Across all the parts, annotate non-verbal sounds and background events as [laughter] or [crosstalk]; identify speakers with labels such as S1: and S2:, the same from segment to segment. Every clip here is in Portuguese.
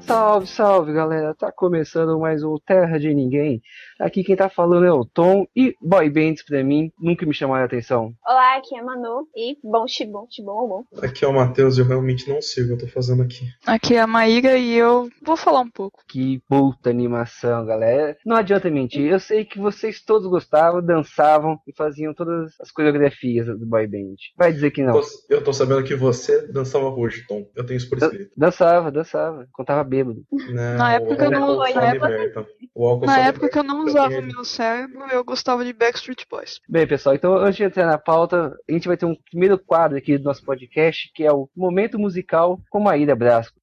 S1: Salve, salve galera! Tá começando mais um Terra de Ninguém. Aqui quem tá falando é o Tom e boy bands pra mim nunca me chamaram a atenção.
S2: Olá, aqui é a Manu e bom shibom, shibom, bom.
S3: Aqui é o Matheus, eu realmente não sei o que eu tô fazendo aqui.
S4: Aqui é a Maíra e eu vou falar um pouco.
S1: Que puta animação, galera. Não adianta mentir, eu sei que vocês todos gostavam, dançavam e faziam todas as coreografias do boy band. Vai dizer que não.
S3: Você- Eu tô sabendo que você dançava hoje, Tom. Eu tenho isso por
S1: Dan-
S3: escrito.
S1: dançava, dançava, contava bêbado.
S3: Não,
S4: Na época
S3: o
S2: eu não-
S3: álcool
S2: na
S3: só
S2: época-
S3: liberta. tá? O álcool
S4: Na
S3: só
S4: época que eu não usava
S3: tenho-
S4: o meu cérebro, eu gostava de Backstreet Boys.
S1: Bem, pessoal, então antes de entrar na pauta, a gente vai ter um primeiro quadro aqui do nosso podcast, que é o Momento Musical com Maíra Brasco.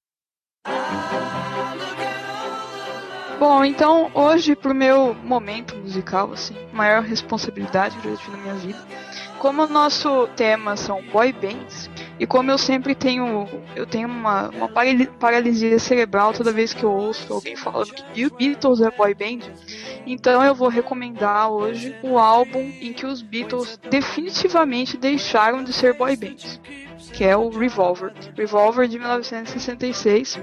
S4: Bom, então hoje pro meu momento musical, assim, maior responsabilidade que eu já tive na minha vida. Como o nosso tema são boy bands, e como eu sempre tenho. Eu tenho uma, uma parali- paralisia cerebral toda vez que eu ouço alguém falando que Beatles é boy band, então eu vou recomendar hoje o álbum em que os Beatles definitivamente deixaram de ser boy bands. Que é o Revolver. Revolver de 1966,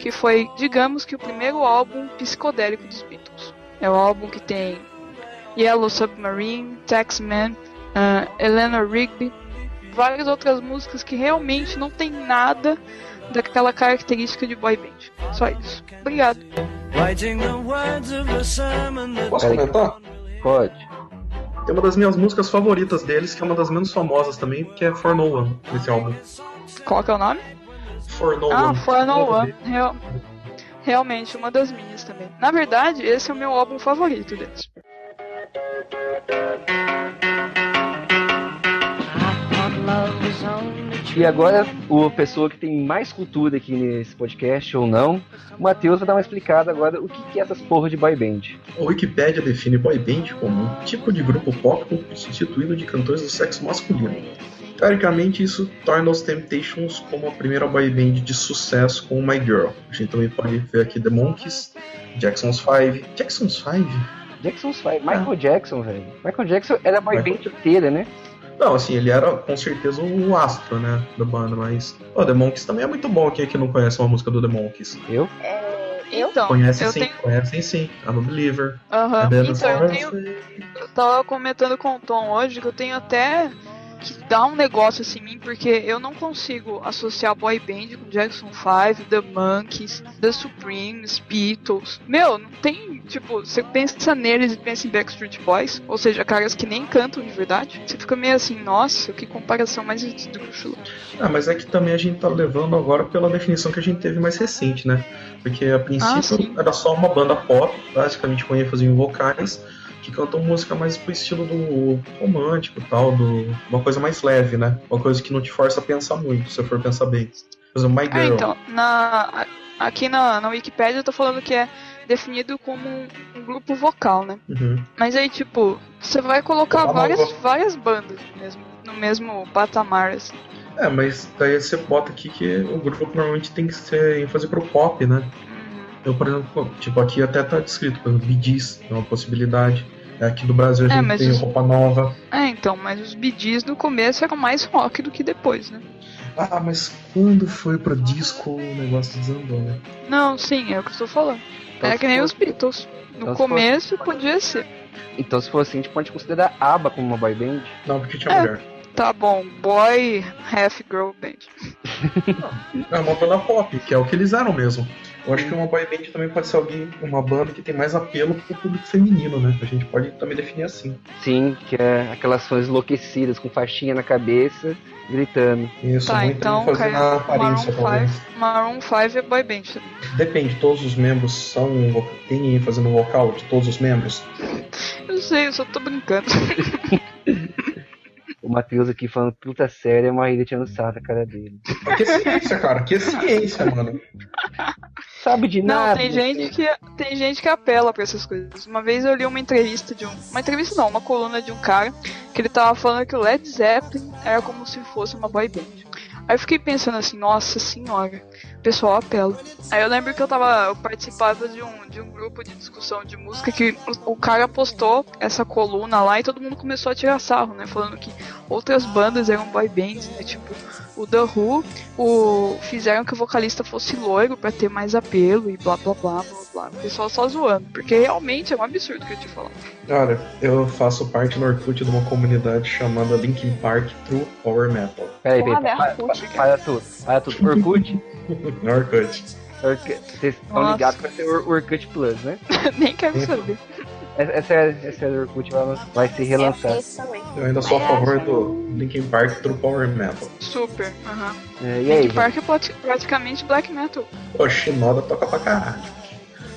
S4: que foi, digamos que, o primeiro álbum psicodélico dos Beatles. É o álbum que tem Yellow Submarine, Taxman, ah, Eleanor Rigby, várias outras músicas que realmente não tem nada daquela característica de boy band. Só isso. Obrigado.
S5: Writing the words of a sermon that
S3: Posso comentar?
S1: Pode.
S3: Tem uma das minhas músicas favoritas deles, que é uma das menos famosas também, que é For No One, nesse álbum.
S4: Qual que é o nome?
S3: For No
S4: Ah,
S3: One.
S4: For No
S3: Nota
S4: One.
S3: dele.
S4: Real- realmente, uma das minhas também. Na verdade, esse é o meu álbum favorito deles.
S1: E agora, o pessoa que tem mais cultura aqui nesse podcast ou não, o Matheus vai dar uma explicada agora o que, que é essas porra de boy band.
S3: A Wikipédia define boy band como um tipo de grupo pop constituído de cantores do sexo masculino. Teoricamente, isso torna os Temptations como a primeira boy band de sucesso com My Girl. A gente também pode ver aqui The Monkeys, Jackson's Five. Jackson's Five?
S1: Jackson Five, Michael Jackson, velho. Michael Jackson era boy
S3: Michael
S1: band inteira, né?
S3: Não, assim, ele era com certeza o astro, né, da banda, mas... Ó, The Monkeys também é muito bom, quem é que não conhece uma música do The Monkeys?
S1: Eu?
S2: Eu?
S4: Então,
S3: Conhecem
S4: eu
S3: sim,
S4: tenho.
S3: conhecem sim. I'm a Believer,
S4: Aham,
S3: A Band of
S4: então, eu
S3: Brothers.
S4: tenho Eu tava comentando com o Tom hoje que eu tenho até que dá um negócio assim em mim, porque eu não consigo associar boy band com Jackson 5, The Monkeys, The Supremes, Beatles. Meu, não tem, tipo, você pensa neles e pensa em Backstreet Boys, ou seja, caras que nem cantam de verdade. Você fica meio assim, nossa, que comparação mais esdrúxula.
S3: Ah, mas é que também a gente tá levando agora pela definição que a gente teve mais recente, né? Porque a
S4: Ah,
S3: princípio
S4: sim.
S3: era só uma banda pop, basicamente com ênfase em vocais, que cantam música mais pro estilo do romântico e tal, do... uma coisa mais leve, né? Uma coisa que não te força a pensar muito, se eu for pensar bem. Por exemplo, My
S4: Ah,
S3: Girl.
S4: então, na, a- aqui na, na Wikipédia eu tô falando que é definido como um- um grupo vocal, né?
S3: Uhum.
S4: Mas aí, tipo, você vai
S1: Ah,
S4: colocar
S3: Tá
S4: várias,
S3: maluco.
S4: várias bandas mesmo, no mesmo patamar, assim.
S3: É, mas daí você bota aqui que o grupo normalmente tem que ser ênfase pro pop, né?
S4: Uhum.
S3: Eu, por exemplo, tipo, aqui até tá descrito, por exemplo, BDs, é uma possibilidade. Aqui do Brasil a
S4: É,
S3: gente
S4: mas
S3: tem
S4: os-
S3: roupa nova.
S4: É, então, mas os BDs no começo eram mais rock do que depois, né?
S3: Ah, mas quando foi pro disco o negócio desandou, né?
S4: Não, sim, é o que eu estou falando.
S1: Então,
S4: é que nem
S1: se
S4: os Beatles. No
S1: então, se
S4: começo podia ser.
S1: for- Então, se for assim, a gente pode considerar ABBA como uma boy band.
S3: Não, porque tinha
S4: É.
S3: mulher.
S4: Tá bom, boy, half girl band.
S3: É uma banda pop, que é o que eles eram mesmo. Eu acho que uma boy band também pode ser alguém, uma banda que tem mais apelo pro público feminino, né? A gente pode também definir assim.
S1: Sim, que é aquelas fãs enlouquecidas com faixinha na cabeça, gritando.
S3: Isso,
S4: Tá,
S3: muito
S4: então,
S3: fazer
S4: cara, um
S3: na
S4: Maroon
S3: aparência, talvez.
S4: 5, Maroon 5 é boy band. também.
S3: Depende, todos os membros são. vo- Tem ênfase no vocal de todos os membros?
S4: Eu sei, eu só tô brincando.
S1: O Matheus aqui falando puta séria, a Maíra tirando sarro da cara dele.
S3: Ah, Que ciência, cara, que ciência, mano.
S1: Sabe de
S4: Não,
S1: nada.
S4: tem gente que tem gente que apela pra essas coisas. Uma vez eu li uma entrevista de um, uma entrevista não, uma coluna de um cara que ele tava falando que o Led Zeppelin era como se fosse uma boy band. Aí eu fiquei pensando assim, nossa senhora, o pessoal apela. Aí eu lembro que eu tava, eu participava de um, de um grupo de discussão de música que o, o cara postou essa coluna lá e todo mundo começou a tirar sarro, né? Falando que outras bandas eram boy bands, né? Tipo, o The Who, o, fizeram que o vocalista fosse loiro pra ter mais apelo e blá blá blá blá blá. O pessoal só zoando, porque realmente é um absurdo o que eu te falo.
S3: Cara, eu faço parte no Orkut de uma comunidade chamada Linkin Park True Power Metal.
S1: Peraí, peraí,
S2: Porra,
S1: pa- pa-
S2: velho,
S1: pa- para tudo, para tudo. Orkut,
S3: No [laughs] Orkut.
S1: Orkut, vocês estão
S4: Nossa.
S1: ligados que vai ser o Orkut Plus, né?
S4: [laughs] Nem quero saber.
S1: Essa, essa, é- essa é do Orkut, vai, vai se relançar.
S2: Eu fiz também.
S3: Eu ainda sou a favor do
S4: né?
S3: Linkin Park True Power Metal.
S4: Super. aham.
S1: É, e aí,
S4: Linkin
S1: gente?
S4: Park é prati- praticamente black metal.
S3: Pô, Shinoda toca pra caralho.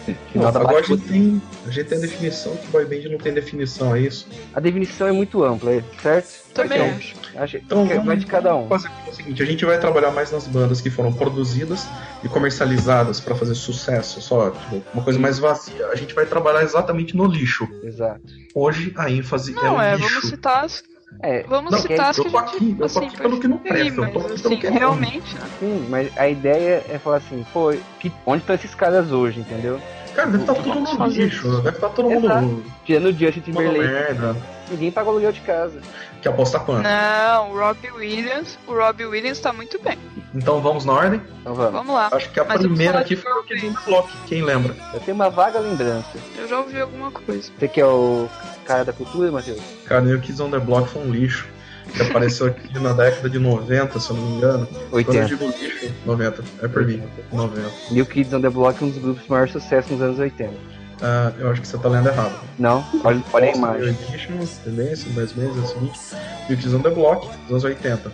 S3: Não,
S1: Shinoda
S3: agora a
S1: bate-
S3: gente, tem, a gente tem a definição que boy band não tem definição, é isso?
S1: a definição é muito ampla, é, certo?
S4: Também é.
S3: Então,
S4: acho.
S1: Acho que
S3: Então
S1: vai
S3: vamos
S1: de cada um.
S3: fazer o seguinte, a gente vai trabalhar mais nas bandas que foram produzidas e comercializadas pra fazer sucesso, só tipo, uma coisa mais vazia. A gente vai trabalhar exatamente no lixo.
S1: Exato.
S3: Hoje a ênfase é
S4: Não,
S3: o
S4: é, vamos
S3: lixo.
S4: citar as.
S1: É,
S4: Vamos
S1: Não,
S4: citar as
S3: eu
S4: que a
S3: tô
S4: gente.
S3: aqui, eu tô
S4: assim,
S3: aqui pelo que não
S4: preferir,
S3: presta, eu tô
S4: mas,
S3: aqui pelo
S4: assim,
S3: que é bom.
S4: realmente, né?
S1: sim, mas a ideia é falar assim, pô, que, onde estão esses caras hoje, entendeu?
S3: Cara, deve estar todo
S4: Vamos
S3: mundo no
S4: fazer
S3: lixo,
S4: isso.
S3: deve estar todo mundo
S1: Exato.
S3: falando
S1: Tirando o Justin Timberlake,
S3: merda.
S1: ninguém paga aluguel de casa.
S3: Que aposta quanto?
S4: Não, o Robbie Williams. O Robbie Williams tá muito bem.
S3: Então vamos na ordem?
S1: Então vamos.
S4: Vamos lá.
S3: Acho que a
S4: Mas eu
S3: primeira
S4: vou
S3: aqui foi
S4: falar
S3: o
S4: de
S3: que
S4: Robbie.
S3: Block, quem lembra?
S1: Eu tenho uma vaga lembrança.
S4: Eu já ouvi alguma coisa.
S1: Você que é o cara da cultura, Matheus?
S3: Cara, New Kids on the Block foi um lixo. Que apareceu aqui na década de 90, se eu não me engano. Quando eu
S1: 80.
S3: digo lixo, 90, é por mim. 90.
S1: New Kids on the Block é um dos grupos de maior sucesso nos anos 80.
S3: Ah, eu acho que você tá lendo errado.
S1: Não? Olha, olha a imagem.
S3: Editions, Tendência, 10 meses, é o seguinte. New Kids on the Block, dos anos 80.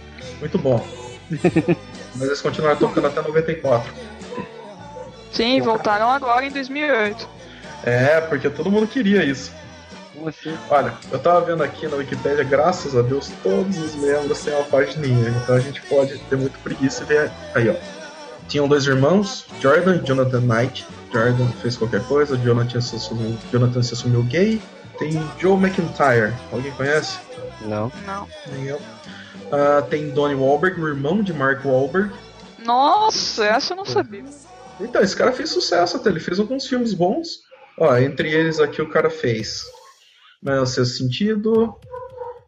S1: [laughs]
S3: Muito bom. Mas eles continuaram tocando até 94.
S4: Sim, voltaram agora em 2008.
S3: É, porque todo mundo queria isso.
S1: Como assim?
S3: Olha, eu tava vendo aqui na Wikipédia, graças a Deus, todos os membros têm uma pagininha, então a gente pode ter muito preguiça e ver aí, ó. Tinham dois irmãos, Jordan e Jonathan Knight. Jordan fez qualquer coisa, Jonathan se assumiu, Jonathan se assumiu gay. Tem Joe McIntyre, alguém conhece?
S1: Não.
S4: Não.
S3: Nem eu. Ah, tem Donnie Wahlberg, o irmão de Mark Wahlberg.
S4: Nossa, essa eu não sabia.
S3: Então, esse cara fez sucesso até, ele fez alguns filmes bons. Ó, entre eles aqui o cara fez né, O Sexto Sentido,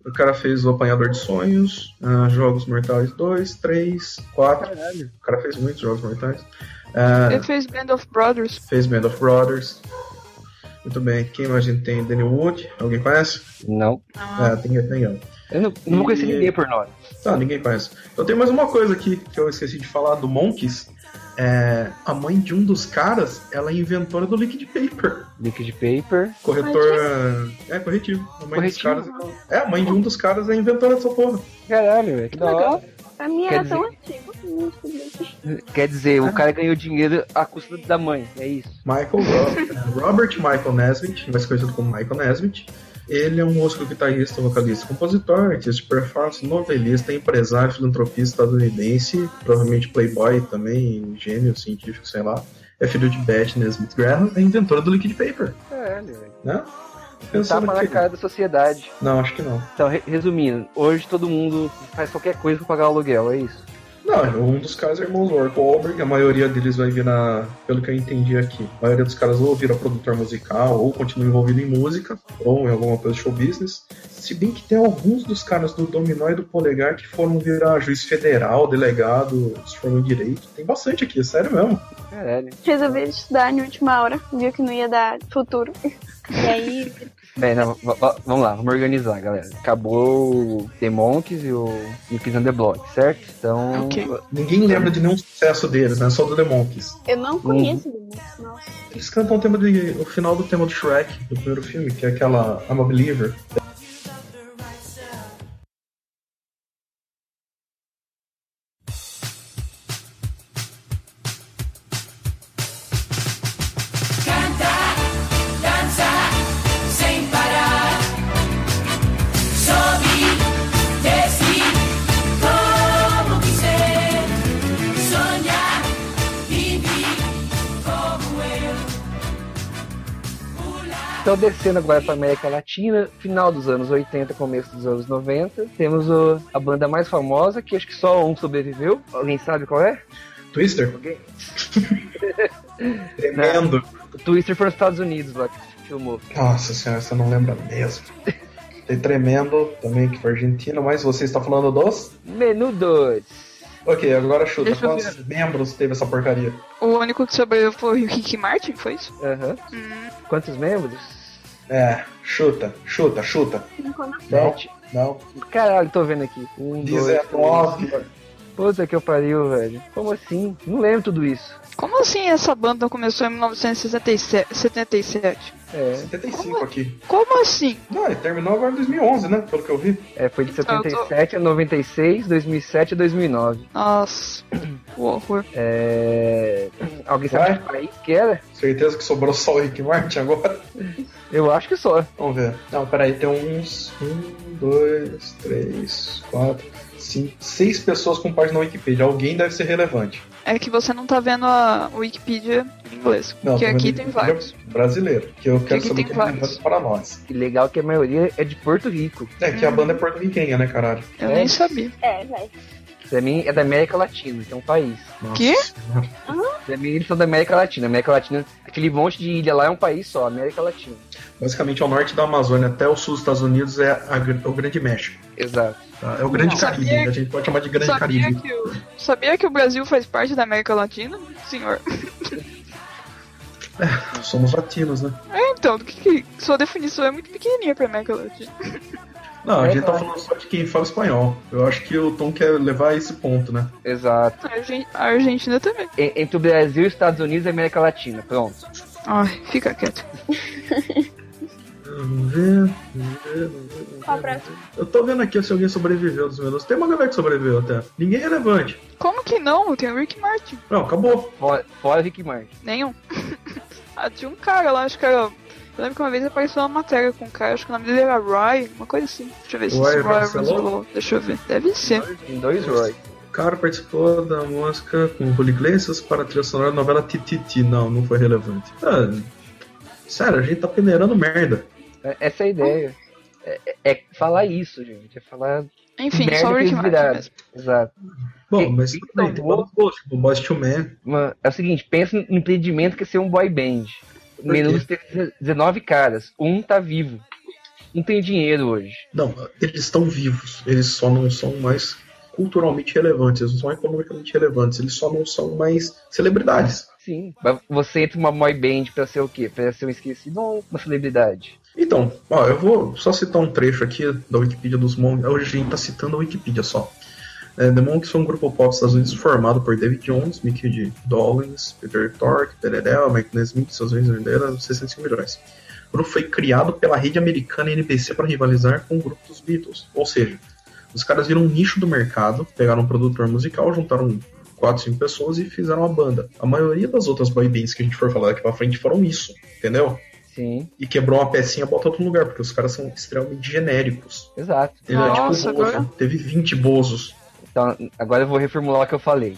S3: o cara fez O Apanhador de Sonhos, ah, Jogos Mortais 2, 3, 4.
S1: Caralho.
S3: O cara fez muitos Jogos Mortais. Ah,
S4: Ele fez Band of Brothers.
S3: fez Band of Brothers. Muito bem, quem mais a gente tem? Danny Wood, alguém conhece?
S1: Não.
S4: Ah,
S3: Ah, tem, tem ela.
S1: Eu não, não conheci
S3: E-
S1: ninguém por nós.
S3: Tá, ninguém conhece. Eu tenho mais uma coisa aqui que eu esqueci de falar do Monkeys. É, a mãe de um dos caras, ela é inventora do Liquid Paper.
S1: Liquid Paper.
S3: Corretor. É, corretivo. A mãe dos
S1: Corretivo.
S3: caras. É, a mãe de um dos caras é inventora dessa porra.
S1: Caralho, velho. Que da
S2: legal.
S1: hora.
S2: A minha
S1: Quer
S2: era tão antiga. Hum, tudo bem.
S1: Quer dizer, o cara ganhou dinheiro à custa da mãe. É isso.
S3: Michael Ro- [laughs] Robert Michael Nesbitt, mais conhecido como Michael Nesbitt. Ele é um músico, guitarrista, vocalista, compositor, artista de performance, novelista, empresário, filantropista estadunidense, provavelmente playboy também, gênio científico, sei lá. É filho de Beth Nesbitt Graham, é inventora do Liquid Paper,
S1: Caralho, velho.
S3: né?
S1: Tapa
S3: Pensando
S1: Tá na
S3: que...
S1: cara da sociedade.
S3: Não, acho que não.
S1: Então, re- resumindo, hoje todo mundo faz qualquer coisa pra pagar o aluguel, é isso?
S3: Não, um dos caras é irmãos Mark Wahlberg, a maioria deles vai virar, pelo que eu entendi aqui, a maioria dos caras ou vira produtor musical, ou continua envolvido em música, ou em alguma coisa de show business. Se bem que tem alguns dos caras do Dominó e do Polegar que foram virar juiz federal, delegado, se formam em direito. Tem bastante aqui, é sério mesmo.
S1: Caralho.
S2: Resolvi estudar na última hora. Viu que não ia dar futuro. [laughs] E aí,
S1: Bem, É, não, va- va- vamos lá, vamos organizar, galera. Acabou o The Monks e o Nips on the Block, certo? Então,
S4: Ok.
S3: Ninguém lembra de nenhum sucesso deles, né? Só do The Monkeys.
S2: eu não
S1: Hum.
S2: conheço Demon's, nossa.
S3: Eles cantam o, tema de, o final do tema do Shrek, do primeiro filme, que é aquela I'm a Believer.
S6: sem parar. Sobe, desce, como quiser. Sonhar, vive como eu.
S1: então descendo agora pra América Latina, final dos anos 80, começo dos anos 90, temos o- a banda mais famosa, que acho que só um sobreviveu. Alguém sabe qual é?
S3: Twister?
S1: Alguém?
S3: [laughs] Tremendo.
S1: O Twister foi nos Estados Unidos lá que filmou.
S3: Nossa senhora, você não lembra mesmo. Tem Tremendo também, que foi argentino, mas você está falando dos?
S1: Menudos!
S3: Ok, agora chuta.
S4: Deixa eu
S3: Quantos membros teve essa porcaria?
S4: O único que sobreviveu foi o Ricky Martin, foi isso?
S1: Aham.
S4: Hum.
S1: Quantos membros?
S3: É, chuta, chuta, chuta.
S2: Cinco, né?
S1: Sete.
S3: Não,
S1: Caralho, tô vendo aqui. Um, dois,
S3: Dezenove.
S1: três, quatro. Puta que eu pariu, velho. Como assim? Não lembro tudo isso.
S4: Como assim essa banda começou em 1977?
S1: É,
S3: 75 aqui.
S4: Como assim?
S3: Não, ele terminou agora em 2011, né? Pelo que eu vi.
S1: É, foi de
S4: Então, Eu tô-
S1: 77 a 96, 2007 a 2009.
S3: [coughs]
S4: Nossa, o horror.
S1: É... Alguém sabe
S3: Vai.
S1: que país que era?
S3: Certeza que sobrou só o Rick Martin agora.
S1: Eu acho que só.
S3: Vamos ver. Não, peraí, tem uns. Um, dois, três, quatro, cinco, seis pessoas com página na Wikipedia. Alguém deve ser relevante.
S4: É que você não tá vendo a Wikipedia em inglês.
S3: Não,
S4: que
S3: tô
S4: aqui
S3: vendo
S4: tem
S3: Wikipedia
S4: vários.
S3: Brasileiro, que eu quero
S4: aqui
S3: saber
S4: tem
S3: quem é
S4: vários.
S3: relevante para nós.
S1: E legal que a maioria é de Porto Rico.
S3: É
S4: Hum.
S3: que a banda é porto-riquenha, né, caralho?
S4: Eu
S1: É?
S4: nem sabia.
S2: É, velho.
S1: Pra mim é da América Latina, que é um país.
S3: Nossa
S4: Quê?
S3: Senhora.
S1: Pra mim eles são da América Latina. América Latina, aquele monte de ilha lá é um país só, América Latina.
S3: Basicamente, ao norte da Amazônia até o sul dos Estados Unidos é a gr- o Grande México.
S1: Exato.
S3: tá? É o Grande
S4: Não.
S3: Caribe,
S4: Sabia-
S3: né? a gente pode chamar de Grande
S4: Sabia
S3: Caribe.
S4: que, o, sabia que o Brasil faz parte da América Latina? Senhor. [laughs]
S3: Somos latinos, né?
S4: Então, do que, que sua definição é muito pequenininha pra América Latina.
S3: Não, a
S1: É
S3: gente tá
S1: verdade.
S3: falando só de quem fala espanhol. Eu acho que o Tom quer levar a esse ponto, né?
S1: Exato.
S4: A Argen- A Argentina também.
S1: E- entre o Brasil, Estados Unidos e América Latina. Pronto.
S4: Ai, fica quieto.
S3: Vamos ver, vamos ver, vamos ver, vamos
S2: Qual a
S3: ver.
S2: próxima?
S3: Eu tô vendo aqui se alguém sobreviveu dos meus. Tem uma galera que sobreviveu até. Ninguém é relevante.
S4: Como que não? Tem o Rick Martin.
S3: Não, acabou.
S1: Fora, fora Rick Martin.
S4: Nenhum. [laughs] ah, tinha um cara lá, acho que era. Eu lembro que uma vez apareceu uma matéria com um cara, acho que o nome dele era Roy, uma coisa assim. Deixa eu ver se
S3: Roy
S4: esse Roy
S3: Barceló?
S4: Barceló. Deixa eu ver. Deve ser.
S1: Tem dois Roy.
S3: O cara participou da música com Julio Iglesias para a trilha sonora da novela Tititi. Não, não foi relevante. Ah, sério, a gente tá peneirando merda.
S1: É- Essa é a ideia. É, é- é falar isso, gente. É falar
S4: Hum. Enfim,
S1: merda
S4: só o
S1: que
S4: Rick
S1: eles
S4: Martin
S1: viraram.
S4: mesmo.
S1: Exato.
S3: Bom,
S1: Quem-
S3: mas
S1: quem
S3: tudo bem, tem
S1: tomou-
S3: vários gostos, tipo Boys to Man.
S1: Uma- é o seguinte, pensa no impedimento que é ser um boy band. O
S3: Por quê?
S1: Menos tem 19 caras. Um tá vivo. Um tem dinheiro hoje.
S3: Não, eles estão vivos, eles só não são mais culturalmente relevantes, eles não são economicamente relevantes, eles só não são mais celebridades.
S1: Sim. Mas você entra uma boy band pra ser o quê? Pra ser um esquecido ou uma celebridade?
S3: Então, ó, eu vou só citar um trecho aqui da Wikipedia dos Monks. Hoje a gente tá citando a Wikipedia só. É, The Monks foi um grupo pop dos Estados Unidos formado por David Jones, Mickey D. Dollins, Peter Tork, Tererel, McNair Smith, Estados Unidos venderam 65 milhões. O grupo foi criado pela rede americana NBC para rivalizar com o grupo dos Beatles. Ou seja, os caras viram um nicho do mercado, pegaram um produtor musical, juntaram 4, 5 pessoas e fizeram uma banda. A maioria das outras boy bands que a gente for falar daqui pra frente foram isso, entendeu?
S1: Sim,
S3: e quebrou uma pecinha, bota outro lugar, porque os caras são extremamente genéricos.
S1: exato.
S3: Ele é tipo
S4: Nossa,
S3: Bozo,
S4: agora-
S3: teve 20 bozos.
S1: Então, agora eu vou reformular o que eu falei.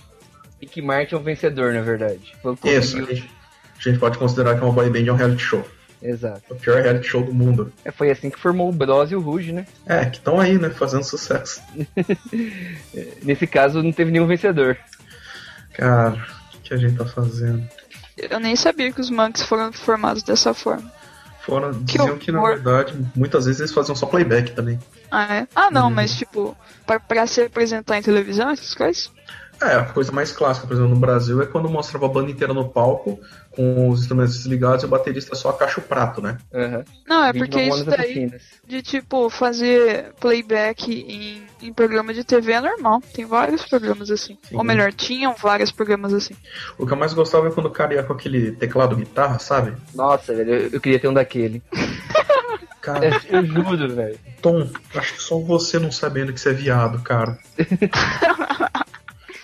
S1: Rick Martin é um vencedor, na verdade. Foi o que
S3: Isso, a
S1: conseguiu-
S3: gente, a gente pode considerar que uma boy band é um reality show. É
S1: Exato.
S3: O pior reality show do mundo.
S1: É, Foi assim que formou o Bros e o Ruge, né?
S3: É, que estão aí, né, fazendo sucesso.
S1: Nesse caso, não teve nenhum vencedor.
S3: Cara, o que, que a gente tá fazendo?
S4: Eu nem sabia que os monks foram formados dessa forma.
S3: Fora,
S4: Que
S3: diziam que, na
S4: horror.
S3: verdade, muitas vezes eles faziam só playback também.
S4: Ah, é? Ah, não,
S3: Uhum.
S4: mas tipo, pra, pra se apresentar em televisão, essas coisas?
S3: É, a coisa mais clássica, por exemplo, no Brasil é quando mostrava a banda inteira no palco, com os instrumentos desligados e o baterista só a caixa o prato, né?
S1: Aham.
S4: Não, é
S1: Vídeo
S4: porque
S1: Mamonas
S4: isso daí
S1: Assassinas.
S4: de tipo fazer playback em, em programa de TV é normal. Tem vários programas assim.
S3: Sim.
S4: Ou melhor, tinham vários programas assim.
S3: O que eu mais gostava é quando o cara ia com aquele teclado guitarra, sabe?
S1: Nossa, velho, eu- eu queria ter um daquele.
S3: Cara,
S1: É, [laughs] Eu juro, velho.
S3: Tom, acho que só você não sabendo que você é viado,
S4: [laughs]
S3: cara.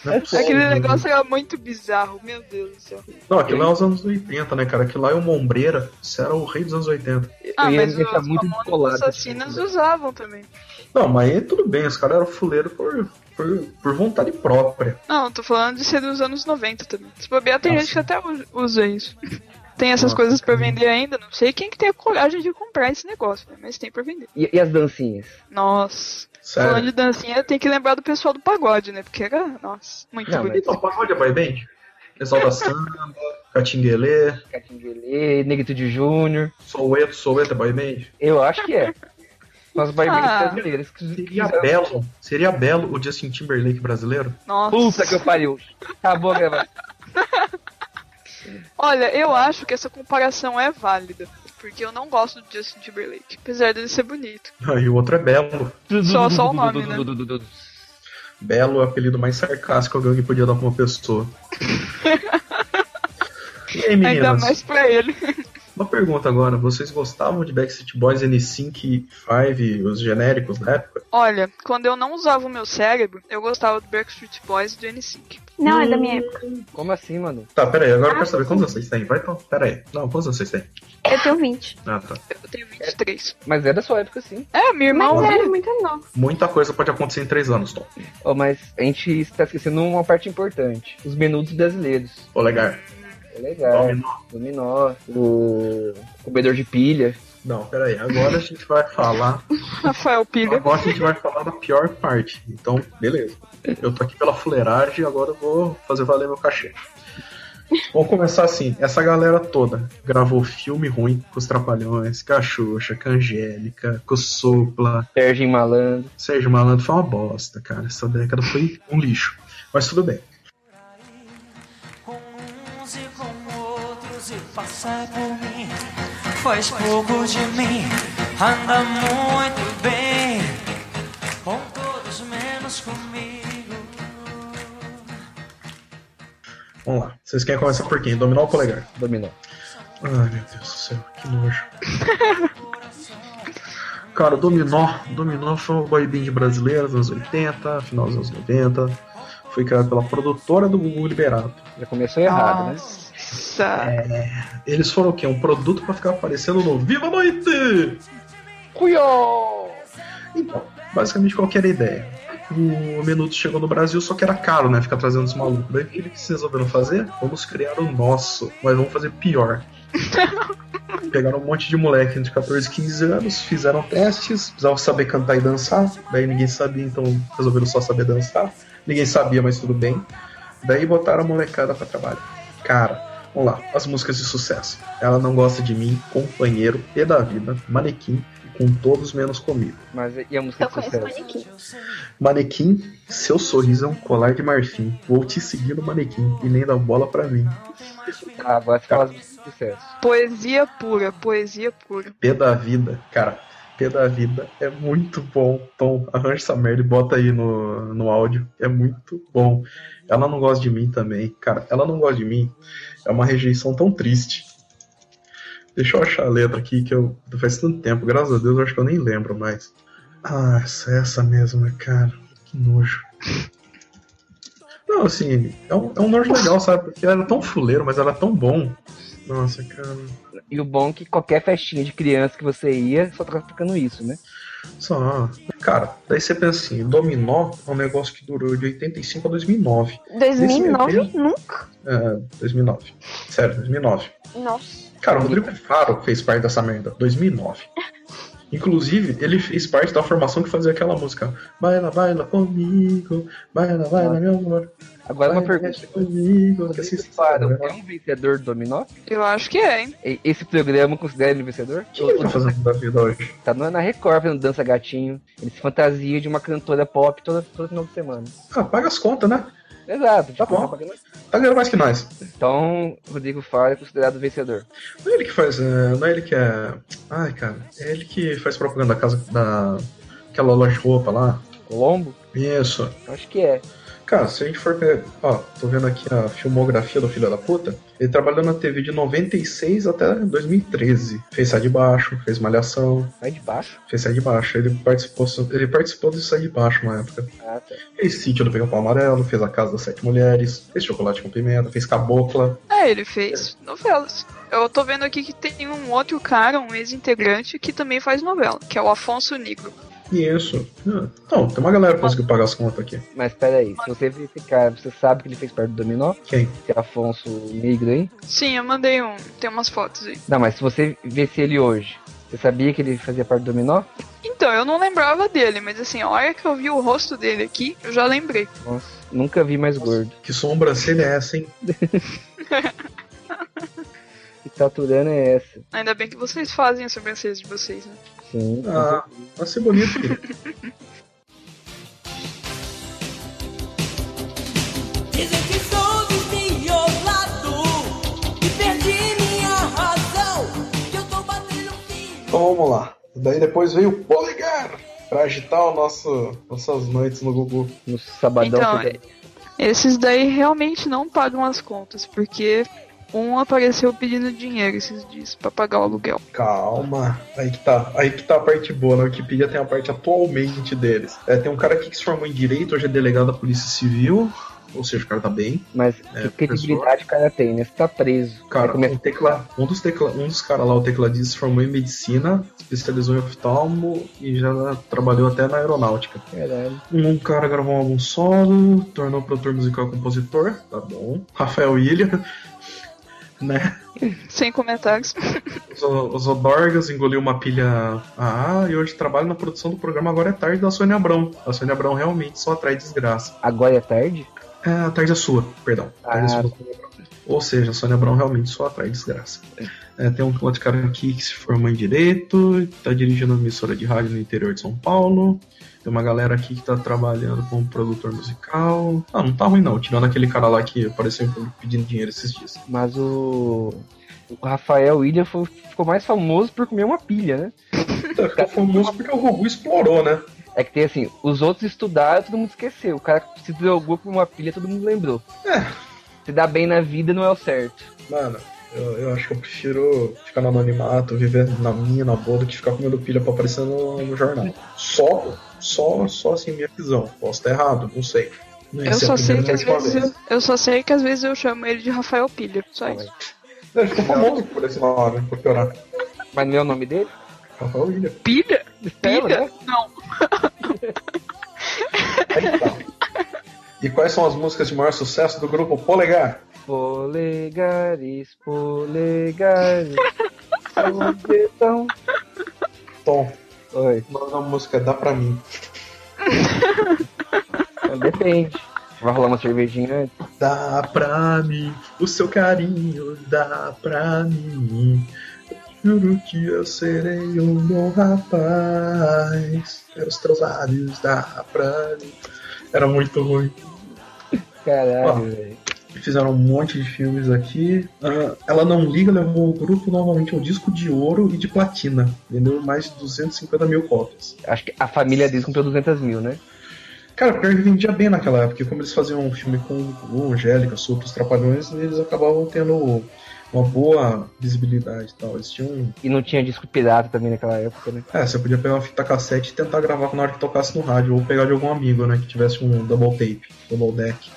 S3: Não é possível.
S4: Aquele negócio era muito bizarro, meu Deus do céu.
S3: Não, aquilo lá é os anos 80, né, cara? Aquilo lá é uma ombreira. Você era o rei dos anos 80.
S1: Eu
S4: Ah,
S1: ia
S4: mas
S1: me
S4: os
S1: deixar muito
S4: famosos
S1: descolado. assim, né?
S4: assassinos usavam também.
S3: Não, mas aí tudo bem, os caras eram fuleiro por, por, por vontade própria.
S4: Não, eu tô falando de ser dos anos 90 também. Se bobear, tem
S1: Ah,
S3: Nossa.
S4: gente que até u- usa isso. Tem essas
S3: Nossa,
S4: coisas pra
S3: cara.
S4: vender ainda, não sei quem que tem a coragem de comprar esse negócio, né? mas tem pra vender.
S1: E, e as dancinhas?
S4: Nossa.
S1: É.
S4: Falando
S3: Sério.
S4: de dancinha, tem que lembrar do pessoal do pagode, né? Porque era, nossa, muito
S1: Não, mas-
S4: bonito.
S3: Então, pagode é vai bem? Pessoal da samba, Catinguelê,
S1: Catinguelê, Negritude Júnior.
S3: Soueto, Soueto é boy band?
S1: Eu acho que é. São as boy bands
S4: Ah.
S1: brasileiras. que-
S3: Seria belo, seria belo o Justin Timberlake brasileiro?
S4: Nossa.
S1: Puta que eu pariu. Acabou a gravação.
S4: Olha, eu acho que essa comparação é válida. Porque eu não gosto do Justin Timberlake. Apesar dele ser bonito.
S3: Ah, e o outro é Belo.
S4: Só- só o nome, né?
S3: Belo é o apelido mais sarcástico que alguém podia dar pra uma pessoa. E aí,
S4: Ainda
S3: meninas?
S4: mais pra ele.
S3: Uma pergunta agora. Vocês gostavam de Backstreet Boys, N5, Five, os genéricos da época?
S4: Olha, quando eu não usava o meu cérebro, eu gostava do Backstreet Boys e do N5.
S2: Não, é da minha época.
S1: Como assim, mano?
S3: Tá, pera aí.
S4: Ah,
S3: Agora eu quero saber quantos vocês têm. Vai, então. Pera aí. Não, quantos vocês têm?
S2: Eu tenho 20.
S3: Ah, tá.
S4: Eu tenho 23.
S1: Mas é da sua época, sim.
S4: É, minha irmã
S2: Mas
S4: ouve.
S2: era muito novo.
S3: Muita coisa pode acontecer em três anos, Tom.
S1: Oh, mas a gente está esquecendo uma parte importante. Os menudos brasileiros.
S3: Polegar.
S1: É legal.
S3: Dominó.
S1: Dominó. O comedor de pilha.
S3: Não, pera aí. Agora a gente vai falar.
S4: Rafael Pilha.
S3: Agora a gente vai falar da pior parte. Então, beleza. Eu tô aqui pela fuleiragem, agora eu vou fazer valer meu cachê. Vamos começar assim. Essa galera toda gravou filme ruim com os Trapalhões, com a Xuxa, com a Angélica, com o Sopla,
S1: Serginho Malandro.
S3: Sérgio Malandro foi uma bosta, cara. Essa década foi um lixo. Mas tudo bem.
S5: Com uns e com outros e passar por mim. Faz pouco de mim, anda muito bem. Com todos menos comigo.
S3: Vamos lá. Vocês querem começar por quem? Dominar o polegar.
S1: Dominó.
S3: Ai, meu Deus do céu, que nojo. [laughs] Cara, o Dominó, Dominó foi uma boy band brasileira dos anos 80, final dos anos 90. Foi criado pela produtora do Gugu Liberato.
S1: Já começou errado, né?
S4: Nossa.
S3: Eles foram o quê? Um produto pra ficar aparecendo no Viva a Noite!
S1: Cuyó!
S3: Então, basicamente qual que era a ideia? O Menudo chegou no Brasil, só que era caro, né? Ficar trazendo os malucos. Daí o que eles resolveram fazer? Vamos criar o nosso, mas vamos fazer pior. Pegaram um monte de moleque entre 14 e 15 anos, fizeram testes, precisavam saber cantar e dançar. Daí ninguém sabia, então resolveram só saber dançar. Ninguém sabia, mas tudo bem. Daí botaram a molecada pra trabalhar. Cara, vamos lá, as músicas de sucesso. Ela não gosta de mim, companheiro, pé da vida, manequim, e com todos menos comigo.
S1: Mas e a música
S2: Eu
S1: de
S2: conheço o
S1: sucesso?
S2: manequim.
S3: Manequim, seu sorriso é um colar de marfim. Vou te seguir no manequim e nem dá bola pra mim.
S1: Ah, agora você fala as músicas de sucesso.
S4: Poesia pura, poesia pura.
S3: Pé da vida, cara. Pé da vida é muito bom. Tom, arranja essa merda e bota aí no, no áudio. É muito bom. Ela não gosta de mim também. Cara, ela não gosta de mim. É uma rejeição tão triste. Deixa eu achar a letra aqui que eu. Faz tanto tempo, graças a Deus, eu acho que eu nem lembro mais. Ah, essa, essa mesma, cara. Que nojo. Não, assim, é um, é um nojo legal, sabe? Porque era tão fuleiro, mas era tão bom. Nossa, cara.
S1: E o bom é que qualquer festinha de criança que você ia, só tava tocando isso, né?
S3: Só. Cara, daí você pensa assim, dominó é um negócio que durou de 85 a 2009.
S1: é
S3: Esse
S2: 2009?
S3: mesmo?
S2: Nunca?
S3: É, 2009. Sério, 2009.
S2: Nossa.
S3: Cara, o Rodrigo Faro fez parte dessa merda. 2009. Inclusive, ele fez parte da formação que fazia aquela música. Baila, baila comigo. Baila, baila, meu amor.
S1: Agora uma
S3: baila,
S1: pergunta.
S3: comigo. Que
S1: Rodrigo
S3: sensacional.
S1: Faro é um vencedor do Dominó?
S4: Eu acho que é, hein?
S1: E- Esse programa considera ele vencedor?
S3: O que ele tá fazendo da vida hoje?
S1: Tá na na Record fazendo dança gatinho. Ele se fantasia de uma cantora pop toda, todo final de semana.
S3: Ah, paga as contas, né?
S1: Exato,
S3: Tá
S1: tipo,
S3: bom. Tá ganhando mais que nós.
S1: Então, Rodrigo Faro é considerado vencedor.
S3: Não é ele que faz. é, Não é ele que é. Ai, cara. É ele que faz propaganda da casa da. Aquela loja de roupa lá.
S1: Colombo?
S3: Isso.
S1: Eu Acho que é.
S3: Cara, se a gente for ver. Ó, tô vendo aqui a filmografia do filho da puta. Ele trabalhou na TV de 96 até 2013. Fez Sai de Baixo, fez Malhação,
S1: Vai de baixo?
S3: fez Sai de Baixo. Ele participou, ele participou do Sai de Baixo uma época.
S1: Ah, tá.
S3: Fez Sítio do Pica-Pau Amarelo, fez A Casa das Sete Mulheres, fez Chocolate com Pimenta, fez Cabocla.
S4: É, ele fez novelas. Eu tô vendo aqui que tem um outro cara, um ex-integrante, que também faz novela, que é o Afonso Negro.
S3: E isso. Ah, Então, tem uma galera que conseguiu pagar as contas aqui.
S1: Mas peraí, se você ver esse cara, você sabe que ele fez parte do Dominó?
S3: Quem?
S1: Que é Afonso Negro, hein?
S4: Sim, eu mandei um. Tem umas fotos aí.
S1: Não, mas se você visse ele hoje, você sabia que ele fazia parte do Dominó?
S4: Então, eu não lembrava dele, mas assim, a hora que eu vi o rosto dele aqui, eu já lembrei.
S1: Nossa, nunca vi mais gordo.
S3: Que sobrancelha é essa, hein?
S1: Que taturana é essa? é
S4: Ainda bem que vocês fazem as sobrancelhas de vocês, né?
S1: Sim. com
S3: Ah, vai ser bonito, querido.
S6: Dizem que sou desmiolado e perdi minha razão. Que eu tô batendo fim.
S3: Então vamos lá. Daí depois veio o Polegar pra agitar o nosso, nossas noites no Gugu.
S1: certeza. No sabadão.
S4: Então,
S1: fica-
S4: Esses daí realmente não pagam as contas, porque um apareceu pedindo dinheiro esses dias pra pagar o aluguel.
S3: Calma. Aí que tá. Aí que tá a parte boa. Na Wikipedia tem a parte atualmente deles. É, tem um cara aqui que se formou em Direito, hoje é delegado da Polícia Civil. Ou seja, o cara tá bem.
S1: Mas
S3: É,
S1: que credibilidade o cara tem, né? Você tá preso.
S3: Cara,
S1: Aí começa-
S3: um, tecla, um dos, tecla, um dos caras lá, o tecladista, se formou em Medicina, especializou em oftalmo e já trabalhou até na aeronáutica.
S1: Caralho.
S3: Um cara gravou um álbum solo, tornou produtor musical e compositor, tá bom. Rafael Ilha, [laughs] né?
S4: Sem comentários.
S3: Os, os Odorgas engoliu uma pilha AA e hoje trabalha na produção do programa Agora é Tarde da Sônia Abrão. A Sônia Abrão realmente só atrai desgraça.
S1: Agora é tarde?
S3: É, a tarde é sua, perdão. A tarde é
S1: Ah,
S3: sua. Ou seja, a Sônia Brown realmente só atrai desgraça. É, tem um outro cara aqui que se formou em Direito, tá dirigindo uma emissora de rádio no interior de São Paulo. Tem uma galera aqui que tá trabalhando como produtor musical. Ah, não tá ruim não, tirando aquele cara lá que apareceu em público pedindo dinheiro esses dias.
S1: Mas o. O Rafael William fo- ficou mais famoso por comer uma pilha, né?
S3: Puta, Ficou famoso porque o Gugu explorou, né?
S1: É que tem assim, os outros estudaram, todo mundo esqueceu. O cara que se drogou por uma pilha, todo mundo lembrou.
S3: É.
S1: Se dá bem na vida não é o certo.
S3: Mano, eu, eu acho que eu prefiro ficar no anonimato, viver na minha, na boa, do que ficar comendo pilha pra aparecer no, no jornal. Só, só, só assim, minha visão. Posso estar errado, não sei. Não ia
S1: é
S4: Eu
S3: ser a
S4: só, sei
S3: primeira
S4: que às
S3: vez que eu
S4: vezes eu, eu só sei que às vezes eu chamo ele de Rafael Pilha.
S1: Tá
S4: Só isso.
S3: vejo. Ele ficou famoso por esse nome, por piorar.
S1: Mas não é o nome dele?
S3: Rafael William.
S4: Pilha?
S1: Ela,
S4: Pilha?
S1: né?
S4: Não.
S3: Aí tá. E quais são as músicas de maior sucesso do grupo Polegar?
S1: Polegares, polegares. onde estão?
S3: Tom,
S1: Oi.
S3: o nome da música é Dá Pra Mim.
S1: Depende. Vai rolar uma cervejinha antes?
S3: Dá pra mim, o seu carinho, dá pra mim. Juro que eu serei um bom rapaz. Quero os teus lábios, dá pra mim. Era muito ruim.
S1: Caralho,
S3: Ó.
S1: velho.
S3: Fizeram um monte de filmes aqui. Ah, ela não liga, levou o grupo novamente ao disco de ouro e de platina. Vendeu mais de 250 mil cópias.
S1: Acho que a família deles comprou 200 mil, né?
S3: Cara, pior que vendia bem naquela época, porque como eles faziam um filme com o Angélica, sobre os Trapalhões, eles acabavam tendo uma boa visibilidade e tal. Eles tinham. um,
S1: E não tinha disco pirata também naquela época, né?
S3: É, você podia pegar uma fita cassete e tentar gravar na hora que tocasse no rádio, ou pegar de algum amigo, né, que tivesse um double tape, double deck.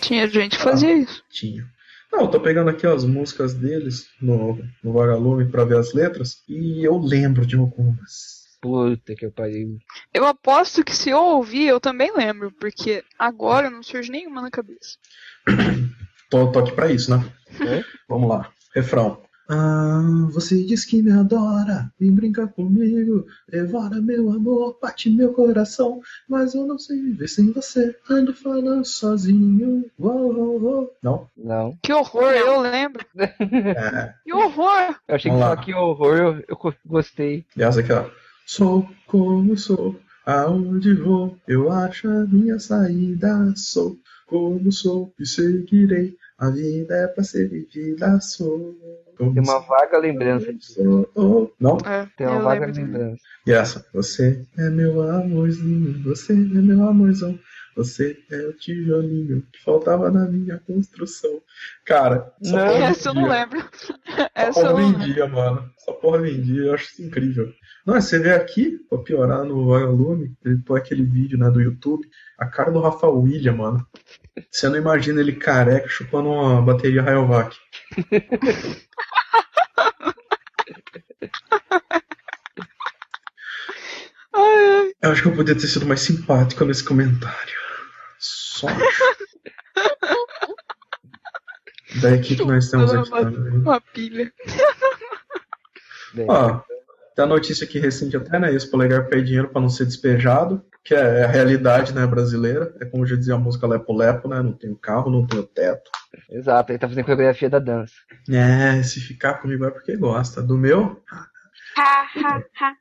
S4: Tinha gente que fazia isso.
S3: Tinha. Não, eu tô pegando aqui as músicas deles no, no Vagalume pra ver as letras, e eu lembro de algumas.
S1: Puta que eu pariu.
S4: Eu aposto que se eu ouvir, eu também lembro, porque agora não surge nenhuma na cabeça.
S3: Tô, tô aqui pra isso, né?
S1: É?
S3: Vamos lá. Refrão. Ah, você diz que me adora, vem brincar comigo, devora meu amor, bate meu coração, mas eu não sei viver sem você, ando falando sozinho. Uou, uou, uou. Não?
S1: Não.
S4: Que horror, eu lembro.
S3: É.
S4: Que horror!
S1: Eu achei que
S3: Vamos lá.
S1: falar que horror, eu, eu co- gostei.
S3: Aliás, aqui ó. Sou como sou, aonde vou, eu acho a minha saída. Sou como sou e seguirei, a vida é pra ser vivida. Sou como
S1: Tem uma
S3: sou.
S1: vaga lembrança disso.
S3: Não?
S4: É,
S1: Tem uma
S4: eu
S1: vaga
S4: lembro.
S1: lembrança.
S3: E essa? Você é meu amorzinho, você é meu amorzão, você é o tijolinho que faltava na minha construção. Cara, essa
S1: Não.
S3: porra
S4: [laughs] Essa eu não
S3: vendia.
S4: lembro.
S1: Tá
S3: Essa
S4: Essa eu
S3: porra
S4: não é. lembro.
S3: vendia, mano. Essa porra vendia, eu acho isso incrível. Não, você vê aqui, pra piorar no Vagalume, ele põe aquele vídeo né, do YouTube, a cara do Rafa William, mano. Você não imagina ele careca chupando uma bateria Rayovac.
S4: Ai, ai.
S3: Eu acho que eu poderia ter sido mais simpático nesse comentário. Só acho. Daí o que que nós temos aqui também.
S4: Uma pilha.
S1: Bem,
S3: Ó, tem a notícia aqui recente até, né? Esse polegar pede dinheiro pra não ser despejado, que é a realidade, né, brasileira. É como já dizia a música Lepo Lepo, né? Não tenho carro, não tenho teto.
S1: Exato, ele tá fazendo coreografia da dança.
S3: É, se ficar comigo é porque gosta. Do meu,
S2: Ha, ha, ha, ha.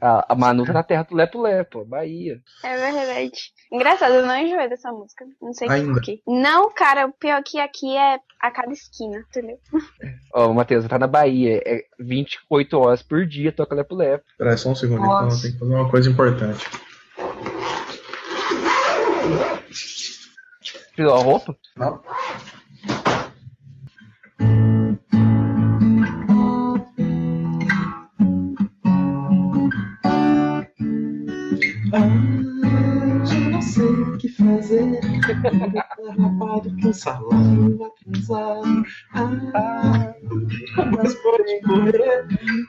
S1: A, a Manu tá na terra do Lepo Lepo, Bahia.
S2: É verdade. Engraçado, eu não enjoei dessa música. Não sei
S3: Ainda.
S2: por quê. Não, cara, o pior que aqui é a cada esquina, entendeu?
S1: Ó, o Matheus, tá na Bahia. É 28 horas por dia, toca Lepo Lepo.
S3: Peraí, só um segundo, então eu
S4: Nossa.
S3: tenho que fazer uma coisa importante.
S1: Tirou a roupa?
S3: Não.
S7: Hoje eu não sei o que fazer. Tá rapado, cansalado, atrasado. Ah, mas pode correr.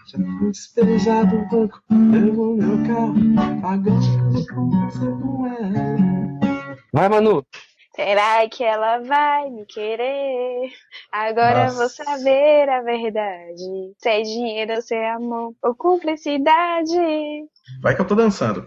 S7: Já fui despejado do banco pelo meu carro. Agora eu vou conversar com ela.
S1: Vai, Manu.
S2: Será que ela vai me querer? Agora
S3: Nossa.
S2: eu vou saber a verdade. Se é dinheiro ou se é amor ou cumplicidade.
S3: Vai que eu tô dançando.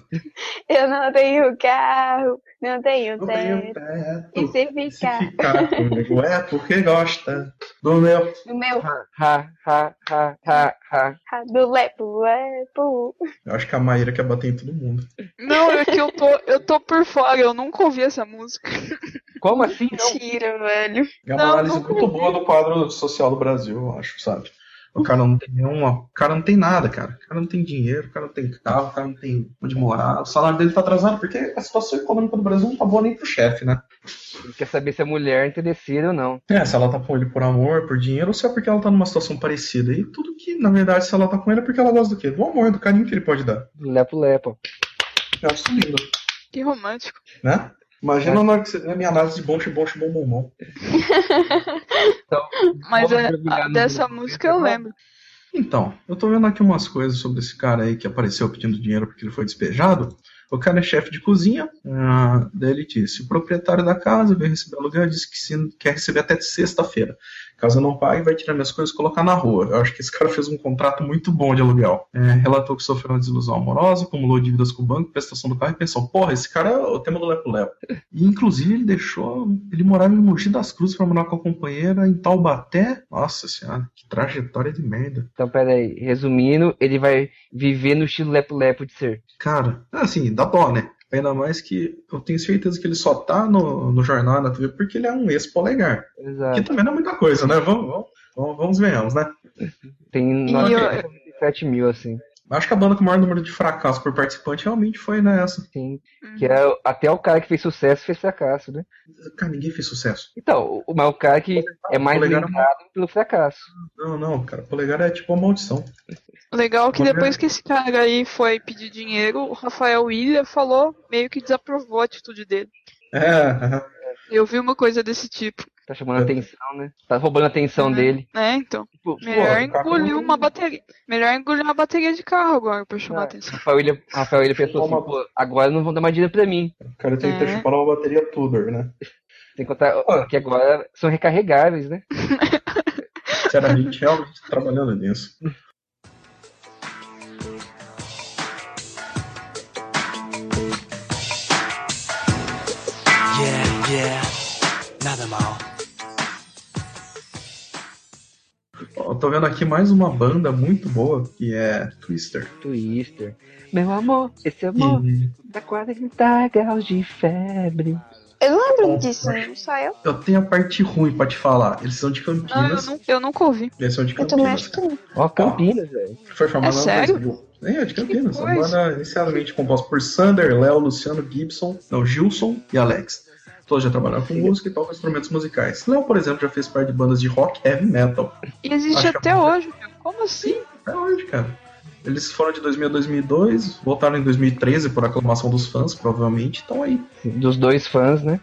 S2: Eu não tenho carro, não tenho
S3: Eu tenho
S2: teto.
S3: teto.
S2: E se
S3: Se
S2: ficar
S3: [laughs] ficar comigo é porque gosta do meu.
S2: no meu
S1: Ha, ha, ha, ha, ha, ha.
S2: ra- do lepo, lepo.
S3: Eu acho que a Maíra quer bater em todo mundo.
S4: Não, é que eu tô, eu tô por fora, eu nunca ouvi essa música.
S1: Como assim? Não?
S2: [laughs] Mentira, velho.
S3: É uma
S4: Não,
S3: análise
S4: nunca
S3: muito boa do quadro social do Brasil, eu acho, sabe? O cara não tem nenhuma. O cara não tem nada, cara. O cara não tem dinheiro, o cara não tem carro, o cara não tem onde morar. O salário dele tá atrasado, porque a situação econômica do Brasil não tá boa nem pro chefe, né?
S1: Ele quer saber se a mulher é interessada ou não.
S3: É, se ela tá com ele por amor, por dinheiro, ou se é porque ela tá numa situação parecida. E tudo que, na verdade, se ela tá com ele é porque ela gosta do quê? Do amor, do carinho que ele pode dar.
S1: Do Lepo Lepo.
S3: Eu acho isso lindo,
S4: Que romântico.
S3: né? Imagina
S4: É.
S3: na hora que você vê a minha análise de bonche, bonche, bom, bom, bom.
S4: [laughs] Mas
S1: Vamos
S4: é-
S1: mergulhar no-
S4: dessa música eu lembro.
S3: Então, eu tô vendo aqui umas coisas sobre esse cara aí que apareceu pedindo dinheiro porque ele foi despejado. O cara é chefe de cozinha, ah, daí ele disse, o proprietário da casa veio receber aluguel e disse que se- quer receber até sexta-feira. Caso eu não pague, vai tirar minhas coisas e colocar na rua. Eu acho que esse cara fez um contrato muito bom de aluguel. É, relatou que sofreu uma desilusão amorosa, acumulou dívidas com o banco, prestação do carro e pensou, porra, esse cara é o tema do Lepo Lepo. E, inclusive, ele deixou. Ele morava em Mogi das Cruzes pra morar com a companheira em Taubaté. Nossa senhora, que trajetória de merda.
S1: Então, peraí. Resumindo, ele vai viver no estilo Lepo Lepo de ser.
S3: Cara, assim, dá dó, né? Ainda mais que eu tenho certeza que ele só tá no, no jornal, na TV, porque ele é um ex-polegar. Que
S1: Exato.
S3: também não é muita coisa, né? Vamos, vamos, vamos, vamos venhamos, né?
S1: Tem
S4: E
S1: 997 mil, assim.
S3: Acho que a banda com o maior número de fracassos por participante realmente foi né, nessa.
S1: Sim.
S4: Hum.
S1: Que é, até o cara que fez sucesso fez fracasso, né?
S3: Cara, ninguém fez sucesso.
S1: Então, o, mas o cara que é mais
S3: Polegar é uma-
S1: lembrado pelo fracasso.
S3: Não, não, cara, polegar é tipo uma maldição.
S4: Legal que
S3: Vamos
S4: depois que esse cara aí foi pedir dinheiro, o Rafael William falou, meio que desaprovou a atitude dele.
S3: É, [laughs]
S4: Eu vi uma coisa desse tipo,
S1: Tá chamando atenção, né? Tá roubando a atenção
S4: Uhum.
S1: dele.
S4: né? Então,
S1: Tipo,
S4: melhor
S3: o cara
S4: engolir
S3: não-
S4: uma bateria. Melhor engolir uma bateria de carro agora pra chamar
S1: Ah.
S4: atenção.
S1: Rafael ele, Rafael ele pensou assim,
S3: Toma.
S1: pô, agora não vão dar mais dinheiro pra mim.
S3: o cara tem que ter
S4: É.
S3: chupado uma bateria Tudor, né?
S1: Sem contar
S3: Pô.
S1: que agora são recarregáveis, né?
S3: Sinceramente, realmente tô trabalhando nisso.
S5: Yeah, yeah, nada mal.
S3: Ó, Eu tô vendo aqui mais uma banda muito boa, que é Twister.
S1: Twister. Meu amor, esse amor tá
S3: E
S4: Uhum.
S1: dá 40 graus de febre.
S2: Eu não
S3: Tá Bom,
S2: lembro disso, não, só eu.
S3: eu tenho a parte ruim pra te falar. Eles são de
S4: Não, eu,
S3: Campinas.
S4: nu- eu nunca ouvi.
S3: Eles são de
S2: Eu também acho
S3: Campinas.
S2: que não.
S1: Ó, Campinas, velho.
S3: cara. Foi formado
S4: É sério?
S3: É, é de Campinas. A
S4: coisa.
S3: banda inicialmente composta por Sander, Léo, Luciano, Gibson, não, Gilson e Alex. Todos já trabalharam com música e tocam instrumentos musicais. Léo, por exemplo, já fez parte de bandas de rock e heavy metal.
S4: E existe
S3: Acho que
S4: até hoje, meu. Como assim?
S3: Até hoje, cara. Eles foram de 2000 a 2002, voltaram em 2013 por aclamação dos fãs, provavelmente. Estão aí,
S1: Dos dois fãs, né?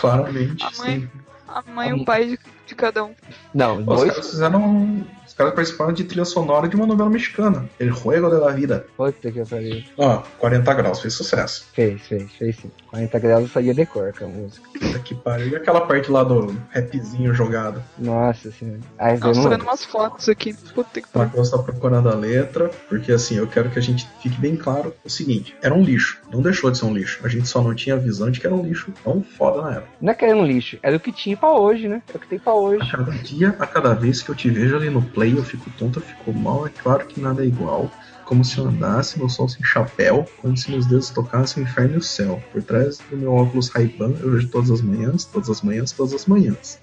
S3: claramente.
S4: A mãe-
S3: sim.
S4: A mãe e o pai de, de cada um.
S1: Não,
S3: Os
S1: dois.
S3: caras fizeram. um- Os caras participaram de trilha sonora de uma novela mexicana, El Juego de la Vida.
S1: Puta que eu falei.
S3: Ó, 40 graus, fez sucesso.
S1: Fez, fez, fez sim. 40 graus saía de cor com a música.
S3: Puta que pariu. E aquela parte lá do rapzinho jogado?
S1: Nossa senhora. Aí
S4: Nossa, tô
S1: vamos.
S4: vendo Tá umas fotos aqui. Puta que
S3: Pra
S4: pariu.
S3: que você tá procurando a letra, porque assim, eu quero que a gente fique bem claro o seguinte: era um lixo, não deixou de ser um lixo. A gente só não tinha a visão de que era um lixo tão foda na época.
S1: Não é que era um lixo, era o que tinha pra hoje, né? É o que tem pra hoje.
S3: A cada dia, a cada vez que eu te vejo ali no eu fico tonta, eu fico mal, é claro que nada é igual. Como se eu andasse no sol sem chapéu, como se meus dedos tocassem o inferno e o céu. Por trás do meu óculos Ray-Ban eu vejo todas as manhãs, todas as manhãs, todas as manhãs.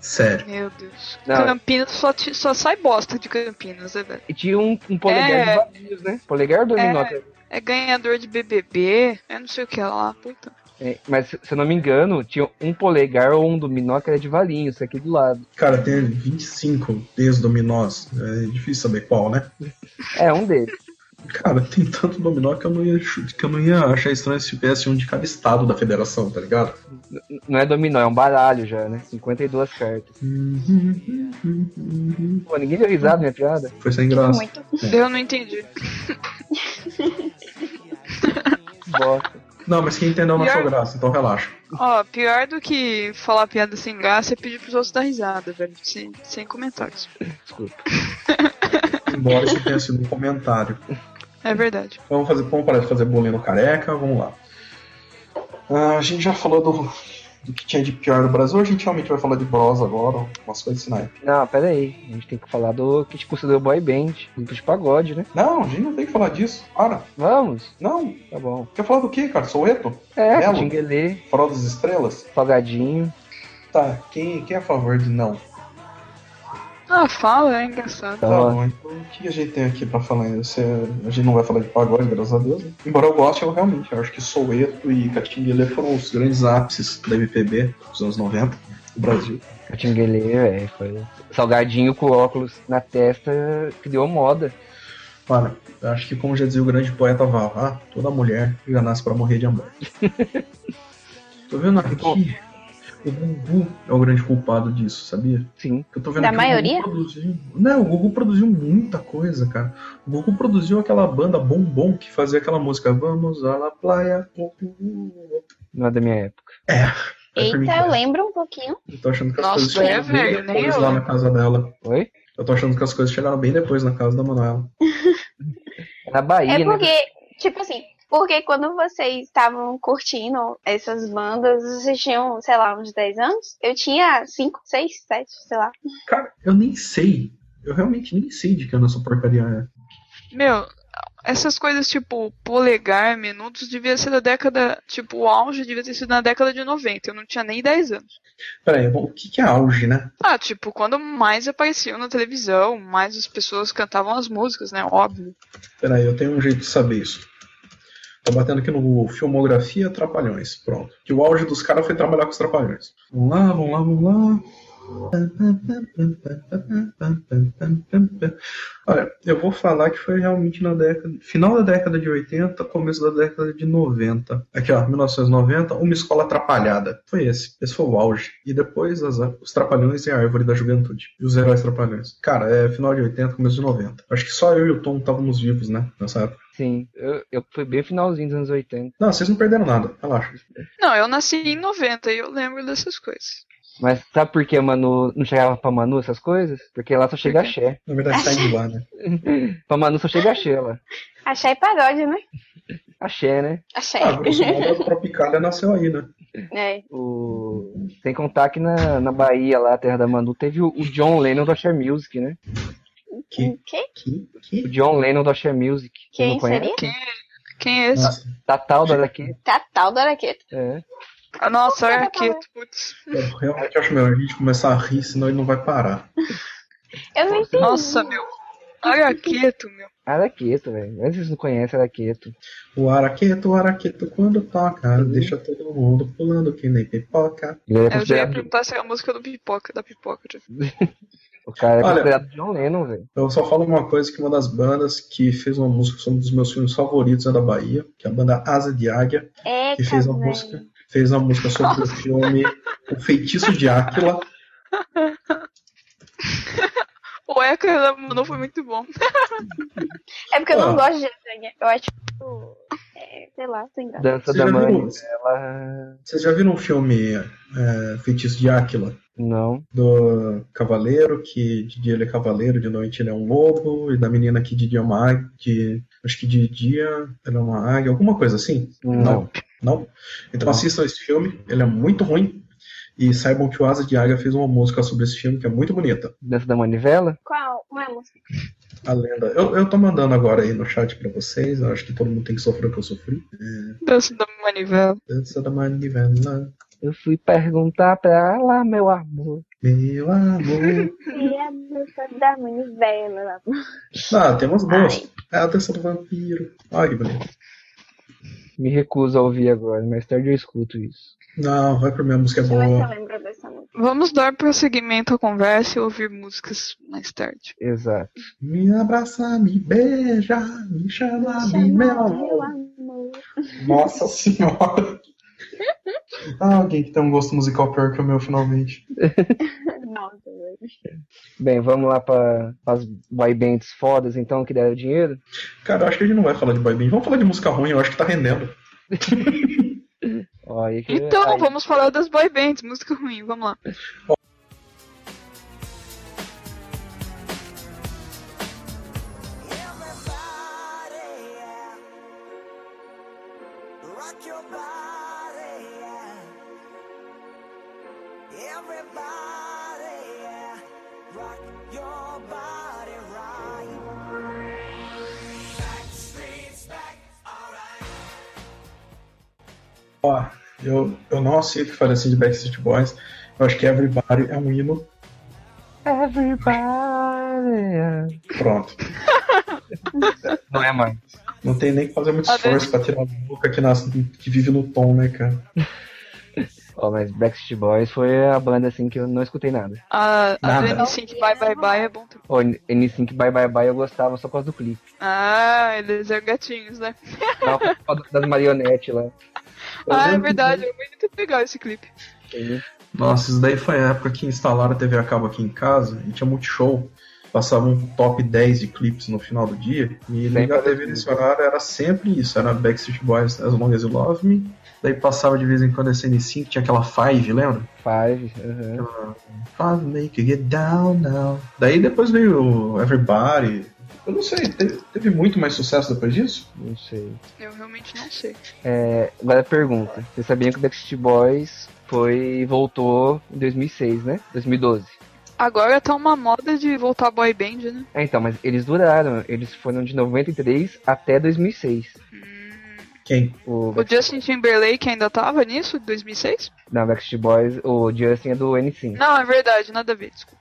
S3: Sério.
S4: Meu Deus.
S1: Não.
S4: Campinas só, te- só sai bosta de Campinas, né, velho?
S1: E tinha um, um polegar
S4: É.
S1: de vazios, né? Polegar do
S4: É.
S1: Minota.
S4: É ganhador de BBB, é não sei o que lá, puta.
S1: É, mas se eu não me engano, tinha um polegar ou um dominó que era de valinho, isso aqui do lado.
S3: Cara, tem 25 dedos dominós. É difícil saber qual, né?
S1: É, um deles. [laughs]
S3: Cara, tem tanto dominó que eu não ia, chu- que eu não ia achar estranho se tivesse um de cada estado da federação, tá ligado?
S1: N- Não é dominó, é um baralho já, né? 52 cartas. Pô, ninguém deu risada minha piada.
S3: Foi sem graça.
S2: Muito.
S4: Eu não entendi.
S1: Que bosta.
S3: Não, mas quem entendeu não
S4: E
S3: achou
S4: aí?
S3: graça, então relaxa.
S4: Ó, pior do que falar piada sem graça é pedir pros outros dar risada, velho. Sem, sem comentários.
S1: Desculpa.
S3: Embora isso tenha sido um comentário.
S4: É verdade.
S3: Vamos fazer, vamos parar de fazer bolinha no careca, vamos lá. Ah, a gente já falou do, do que tinha de pior no Brasil, a gente realmente vai falar de brosa agora, umas coisas assim, né?
S1: Não, pera aí. A gente tem que falar do que a gente considerou boy band, grupo de pagode, né?
S3: Não, a gente não tem que falar disso. Para,
S1: Vamos?
S3: não.
S1: Tá bom.
S3: Quer falar do que, cara? Soueto?
S1: É,
S3: Belo.
S1: Xinguelê,
S3: Farol das Estrelas?
S1: Salgadinho.
S3: Tá, quem, quem é a favor de não?
S4: Ah, fala, é engraçado.
S1: Tá
S3: Tá
S1: bom.
S3: bom, então o que a gente tem aqui pra falar? Você, a gente não vai falar de pagode, graças a Deus. Né? Embora eu goste, eu realmente eu acho que Soueto e Catinguele foram os grandes ápices da MPB dos anos 90 do Brasil.
S1: Xinguelê, velho. é, Foi. Salgadinho com óculos na testa criou moda.
S3: Olha, eu acho que como já dizia o grande poeta Val, ah, toda mulher já nasce pra morrer de amor. tô vendo aqui, o Gugu é o grande culpado disso, sabia?
S1: Sim.
S3: Eu tô vendo
S2: Da
S3: que o Gugu
S2: maioria?
S3: produziu- Não, o Gugu produziu muita coisa, cara. O Gugu produziu aquela banda Bombom que fazia aquela música Vamos à la playa. pô, pô, pô.
S1: Não é da minha época.
S3: É pra mim
S2: Eita,
S3: que é.
S2: lembra um pouquinho.
S3: Eu tô achando que as
S4: Nossa,
S3: coisas
S4: é,
S3: chegaram bem
S4: velho, nem
S3: depois
S4: eu.
S3: lá na casa dela.
S1: Oi?
S3: Eu tô achando que as coisas chegaram bem depois na casa da Manuela.
S1: É na Bahia,
S2: É
S1: né?
S2: porque, tipo assim, porque quando vocês estavam curtindo essas bandas, vocês tinham, sei lá, uns 10 anos? Eu tinha 5, 6, 7, sei lá.
S3: Cara, eu nem sei. Eu realmente nem sei de que ano essa porcaria é.
S4: Meu, essas coisas tipo polegar, minutos, devia ser da década. Tipo, o auge devia ter sido na década de 90. Eu não tinha nem 10 anos.
S3: Peraí, bom, o que, que é auge, né?
S4: Ah, tipo, quando mais apareciam na televisão, mais as pessoas cantavam as músicas, né? Óbvio.
S3: Peraí, eu tenho um jeito de saber isso. Tô batendo aqui no Google. Filmografia Trapalhões. Pronto. Que o auge dos caras foi trabalhar com os Trapalhões. Vamos lá, vamos lá, vamos lá. Olha, eu vou falar que foi realmente na década. Final da década de 80, começo da década de 90. Aqui, ó, 1990, Uma Escola Atrapalhada. Foi esse. Esse foi o auge. E depois as- os Trapalhões e a Árvore da Juventude. E os Heróis Trapalhões. Cara, é final de 80, começo de 90. Acho que só eu e o Tom estávamos vivos, né? Nessa época.
S1: Sim. Eu, eu fui bem finalzinho dos anos 80.
S3: Não, vocês não perderam nada. Relaxa.
S4: Não, eu nasci em 90 e eu lembro dessas coisas.
S1: Mas sabe por que a Manu não chegava pra Manu essas coisas? Porque lá só chega
S4: Por
S1: axé.
S3: Na verdade, tá indo lá, né?
S1: Pra Manu só chega axé lá.
S2: Achei pagode, né?
S1: Axé, né?
S2: Achei.
S3: Ah, grosso modo, a Tropicália nasceu aí, né?
S2: [laughs] É.
S1: O... Sem contar que na, na Bahia, lá, terra da Manu, teve o, o John Lennon do Axé Music, né?
S3: Que?
S2: Que?
S3: Que?
S1: O [laughs]
S3: Que?
S1: John Lennon do Axé Music. Vocês
S2: Quem
S1: não conhece?
S2: seria?
S4: Quem é esse?
S3: Nossa,
S1: Tatal da daqui.
S2: Tatal da Araqueta.
S1: É.
S4: Ah, nossa,
S2: Qual que é
S4: olha
S2: o
S4: aqui, putz.
S3: eu realmente acho melhor a gente começar a rir, senão ele não vai parar.
S2: Eu não entendi.
S4: Nossa, meu. Araqueto, meu.
S1: Araqueto, velho. Mas vocês não conhecem Araqueto.
S3: O araqueto, o araqueto quando toca, deixa todo mundo pulando que nem pipoca.
S1: Ele era
S4: Eu já ia
S1: considerado-
S4: perguntar se é a música do pipoca, da pipoca. já.
S1: O cara é
S3: Olha.
S1: considerado John Lennon, velho.
S3: Eu só falo uma coisa que uma das bandas que fez uma música sobre um dos meus filmes favoritos é da Bahia, que é a banda Asa de Águia,
S2: É,
S3: que fez a
S2: véi.
S3: música, fez uma música sobre o filme O Feitiço de Áquila.
S4: O Eca da Manu foi muito bom.
S2: É porque eu
S3: Ah.
S2: não gosto de Aranha. Eu acho. tipo, é, sei lá, sem graça.
S1: Dança
S3: Vocês
S1: da
S3: já,
S1: Mãe.
S3: viram,
S1: Ela...
S3: vocês já viram o filme é, Feitiço de Áquila?
S1: Não.
S3: Do cavaleiro, que de dia ele é cavaleiro, de noite ele é um lobo, e da menina que de dia é uma águia, que- acho que de dia ela é uma águia, alguma coisa assim.
S1: Não.
S3: Não. Então assistam esse filme, ele é muito ruim. E saibam que o Asa de Águia fez uma música sobre esse filme que é muito bonita.
S1: Dança da Manivela?
S2: Qual? Uma música.
S3: A lenda. Eu, eu tô mandando agora aí no chat pra vocês. Eu acho que todo mundo tem que sofrer o que eu sofri.
S4: Dança da manivela.
S3: Dança da manivela,
S1: Eu fui perguntar pra ela, "Ah, meu amor.
S3: meu [laughs] amor.
S2: E a dança da manivela.
S3: Ah, tem umas boas. É a dança do vampiro. Olha que bonito.
S1: Me recuso a ouvir agora, mais tarde eu escuto isso.
S3: Não, vai pra minha música
S2: Deixa eu ver se eu
S3: boa.
S2: lembro dessa música.
S4: Vamos dar prosseguimento à conversa e ouvir músicas mais tarde.
S1: Exato.
S3: Me abraça, me beija, me chama, de meu amor.
S2: Meu amor.
S3: Nossa [laughs] senhora. Ah, alguém que tem um gosto musical pior que o meu, finalmente.
S2: Nossa, velho.
S1: Bem, vamos lá pra as boy bands fodas então que deram dinheiro?
S3: Cara, eu acho que a gente não vai falar de boy band. Vamos falar de música ruim, eu acho que tá rendendo.
S1: Ó,
S3: É,
S1: aí que-
S4: Então,
S1: aí-
S4: vamos falar das boy bands, música ruim, vamos lá.
S6: Rock your body, yeah. Everybody, yeah. Rock your body right. Back streets back, alright.
S3: Ó, eu, eu não aceito que fale assim de Backstreet Boys. Eu acho que Everybody é um hino.
S1: Everybody. é.
S3: Pronto.
S1: Não é mais.
S3: Não tem nem que fazer muito
S4: Tá
S3: esforço pra tirar a boca que, nas- que vive no tom, né, cara?
S1: Ó, mas Backstreet Boys foi a banda assim que eu não escutei nada.
S4: A, a
S3: Nada.
S4: do NSYNC Bye Bye Bye é bom também.
S1: Ó, N5 Bye Bye Bye eu gostava só por causa do clipe.
S4: Ah, eles eram gatinhos, né?
S1: Não, por causa das marionetes lá.
S3: Eu
S4: ah, é
S3: lembro
S4: verdade, é muito legal esse clipe.
S3: Nossa, isso daí foi a época que instalaram a TV a cabo aqui em casa e tinha multishow. Passava um top 10 de clipes no final do dia. E
S1: Sempre
S3: ligar a TV
S1: assim.
S3: nesse horário era sempre isso. Era Backstreet Boys, As Long As You Love Me. Daí passava de vez em quando esse N5, tinha aquela Five, lembra?
S1: Five, aham.
S3: Five Make You Get Down Now. Daí depois veio o Everybody. Eu não sei, teve, teve muito mais sucesso depois disso?
S1: não sei.
S4: Eu realmente não sei.
S1: É, agora a pergunta. Vocês sabiam que o Backstreet Boys foi voltou em 2006, né? 2012.
S4: Agora tá uma moda de voltar boy band, né?
S1: É, então, mas eles duraram. Eles foram de 93 até 2006.
S3: Quem?
S1: O,
S4: O Justin Timberlake ainda tava nisso, 2006?
S1: não, Backstreet Boys, o Justin é do N5.
S4: Não, é verdade, nada a ver, desculpa.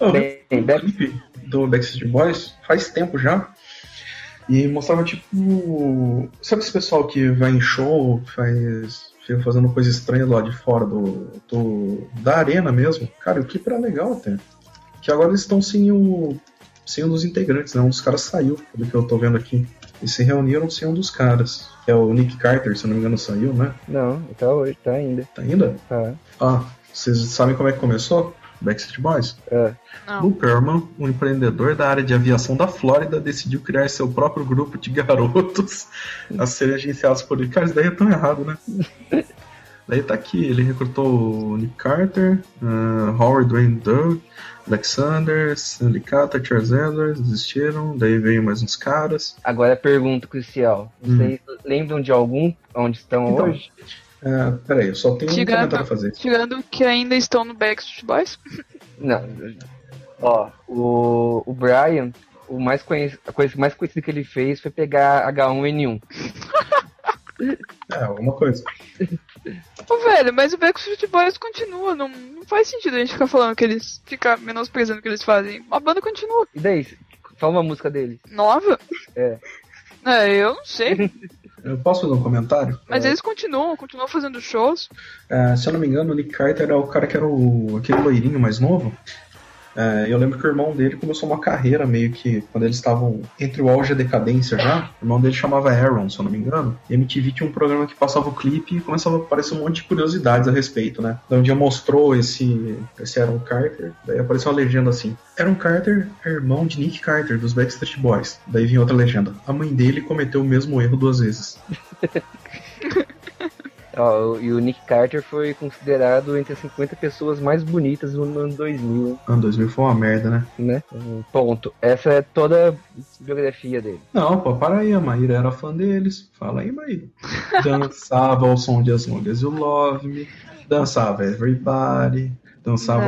S3: Eu lembro
S1: Bem, Back-
S3: clipe um do Backstreet Boys faz tempo já. E mostrava tipo. Sabe esse pessoal que vai em show, faz. fica fazendo coisa estranha lá de fora do, do- da arena mesmo? Cara, o clipe era legal até. Que agora eles estão sem o. sem um dos integrantes, né? Um dos caras saiu, pelo que eu tô vendo aqui. E se reuniram sem um dos caras. Que é o Nick Carter, se eu não me engano, saiu, né?
S1: não, tá hoje, tá ainda.
S3: Tá ainda?
S1: Tá.
S3: Ah, vocês sabem como é que começou? Backstreet Boys?
S1: É.
S4: Não.
S3: Lou Perman, um empreendedor da área de aviação da Flórida, decidiu criar seu próprio grupo de garotos [laughs] a serem agenciados por ele. Cara, isso daí é tão errado,
S4: [laughs]
S3: né? daí tá aqui, ele recrutou o Nick Carter, ah, Howard Wayne Doug, Alexander, Sandy Carter, Charles Edwards, desistiram, daí veio mais uns caras.
S1: Agora a pergunta crucial.
S3: Hum.
S1: Vocês lembram de algum onde estão
S3: Então,
S1: hoje?
S3: Ah, peraí, eu só tenho um
S4: Diga-
S3: comentário a fazer.
S4: Tirando que ainda estão no Backstreet Boys.
S1: Não. Ó, o, o Brian, o mais conhec- a coisa mais conhecida que ele fez foi pegar H1N1.
S3: É, alguma coisa.
S4: Ô, velho, mas o Backstreet Boys continua, não, não faz sentido a gente ficar falando que eles, ficar menosprezando o que eles fazem. A banda continua.
S1: E daí? Fala uma música dele.
S4: Nova?
S1: É.
S4: É, eu não sei.
S3: Eu posso fazer um comentário?
S4: Mas eles continuam, continuam fazendo shows.
S3: É, se eu não me engano, o Nick Carter é o cara que era o, aquele loirinho mais novo. É, eu lembro que o irmão dele começou uma carreira meio que quando eles estavam entre o auge e a decadência já. O irmão dele chamava Aaron, se eu não me engano. E a MTV tinha um programa que passava o clipe e começava a aparecer um monte de curiosidades a respeito, né? Então, um dia mostrou esse, esse Aaron Carter, daí apareceu uma legenda assim: Aaron Carter é irmão de Nick Carter, dos Backstreet Boys. Daí vinha outra legenda: A mãe dele cometeu o mesmo erro duas vezes.
S1: Ó, e o Nick Carter foi considerado entre as 50 pessoas mais bonitas no ano 2000,
S3: Ano 2000 Ah, foi uma merda, né?
S1: né? Um Ponto. Essa é toda a biografia dele.
S3: Não, pô, para aí, a Maíra era fã deles. Fala aí, Maíra. Dançava ao som de As Longas e o Love Me. Dançava Everybody, dançava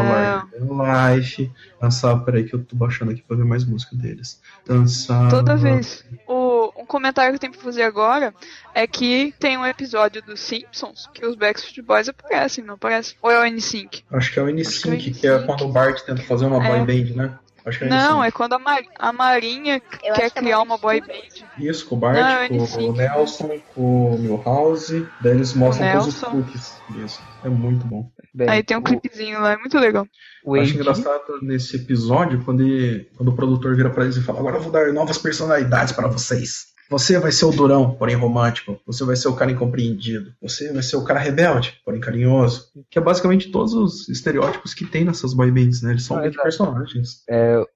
S4: Não.
S3: Larger Life, dançava, peraí que eu tô baixando aqui pra ver mais música deles. Dançava...
S4: Toda vez. O, um comentário que eu tenho pra fazer agora é que tem um episódio dos Simpsons que os Backstreet Boys aparecem, não aparece? Ou é o
S3: Acho
S4: N5?
S3: que é o
S4: Acho que é o
S3: N5, que é
S4: N sync.
S3: quando o Bart tenta fazer uma
S4: É.
S3: boy band, né? Acho que é o N
S4: Não,
S3: sync.
S4: é quando a, Mar- a Marinha
S2: Eu
S4: quer
S2: acho que é
S4: criar
S2: mais
S4: uma boy band.
S3: Isso, com o
S4: Não, é o
S3: Bart,
S4: N
S3: com o
S4: sync.
S3: Nelson, com o Milhouse, daí eles mostram
S4: O
S3: todos os
S4: Nelson.
S3: truques. Isso, é muito bom.
S1: Bem,
S4: Aí tem um
S1: o-
S4: clipezinho lá, é muito legal.
S1: O
S3: Eu acho
S1: AD
S3: engraçado nesse episódio quando, ele- quando o produtor vira pra eles e fala: Agora eu vou dar novas personalidades pra vocês. Você vai ser o durão, porém romântico. Você vai ser o cara incompreendido. Você vai ser o cara rebelde, porém carinhoso. Que é basicamente todos os estereótipos que tem nessas boy bands, né? Eles são
S1: Ah,
S3: muito
S1: exato.
S3: personagens.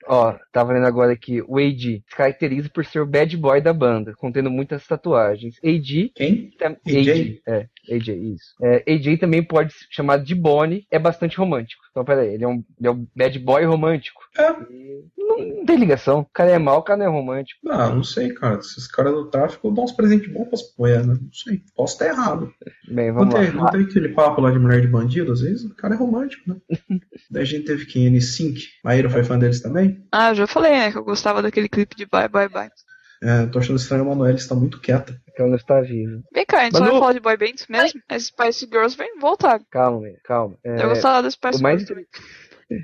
S1: Ó, tava lendo agora aqui, o AD se caracteriza por ser o bad boy da banda, contendo muitas tatuagens. AD,
S3: Quem?
S1: tam-
S3: AJ?
S1: AJ, é, AJ, isso. É, AJ também pode ser chamado de Bonnie, é bastante romântico. Então, peraí, ele é um, ele é um bad boy romântico.
S3: É.
S1: E Não, não tem ligação. O cara é mau, o cara não é romântico.
S3: Ah, não sei, cara. Esses caras do tráfico dão uns presentes bons pras mulheres, né? Não sei. Posso estar errado.
S1: Bem,
S3: Não
S1: vamos
S3: tem, né?
S1: lá.
S3: não tem aquele papo lá de mulher de bandido, às vezes o cara é romântico,
S1: [laughs]
S3: né? Daí a gente teve quem? N-Sync. Maíra foi fã deles também?
S4: Ah, já falei, né, que eu gostava daquele clipe de Bye Bye Bye.
S3: É, eu tô achando estranho a Manoela está muito quieta.
S1: Ah, que ela não está viva.
S4: Vem cá, a gente
S1: Mas
S4: só vai
S1: o-
S4: falar de boy bands mesmo? As Spice Girls vem voltar.
S1: Calma, meu, calma. É,
S4: Eu gostava das Spice
S1: o mais
S4: Girls. também.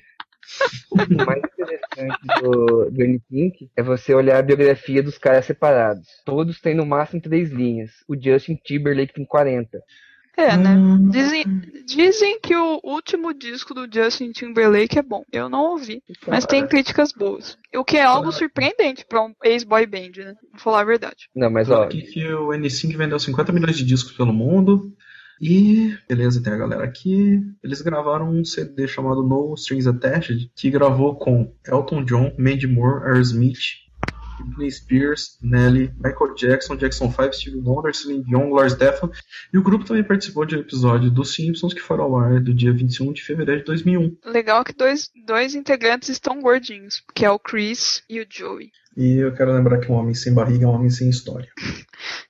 S1: O mais interessante do, do N-Sync é você olhar a biografia dos caras separados. Todos têm no máximo três linhas. O Justin Timberlake tem 40.
S4: É, né?
S3: Hum,
S4: Dizem, dizem que o último disco do Justin Timberlake é bom. Eu não ouvi, mas tem críticas boas. O que é algo surpreendente pra um ex-boy band, né? Vou falar a verdade.
S1: Não, mas
S3: Olha
S1: ó,
S3: aqui que o N5 vendeu 50 milhões de discos pelo mundo. E, beleza, tem a galera aqui. Eles gravaram um CD chamado No Strings Attached, que gravou com Elton John, Mandy Moore, Aerosmith, Britney Spears, Nelly, Michael Jackson, Jackson 5, Stevie Wonder, Celine Dion, Lars Deffan. E o grupo também participou de um episódio dos Simpsons que foram ao ar do dia 21 de fevereiro de 2001.
S4: Legal que dois, dois integrantes estão gordinhos, que é o Chris e o Joey.
S3: E eu quero lembrar que um homem sem barriga é um homem sem história.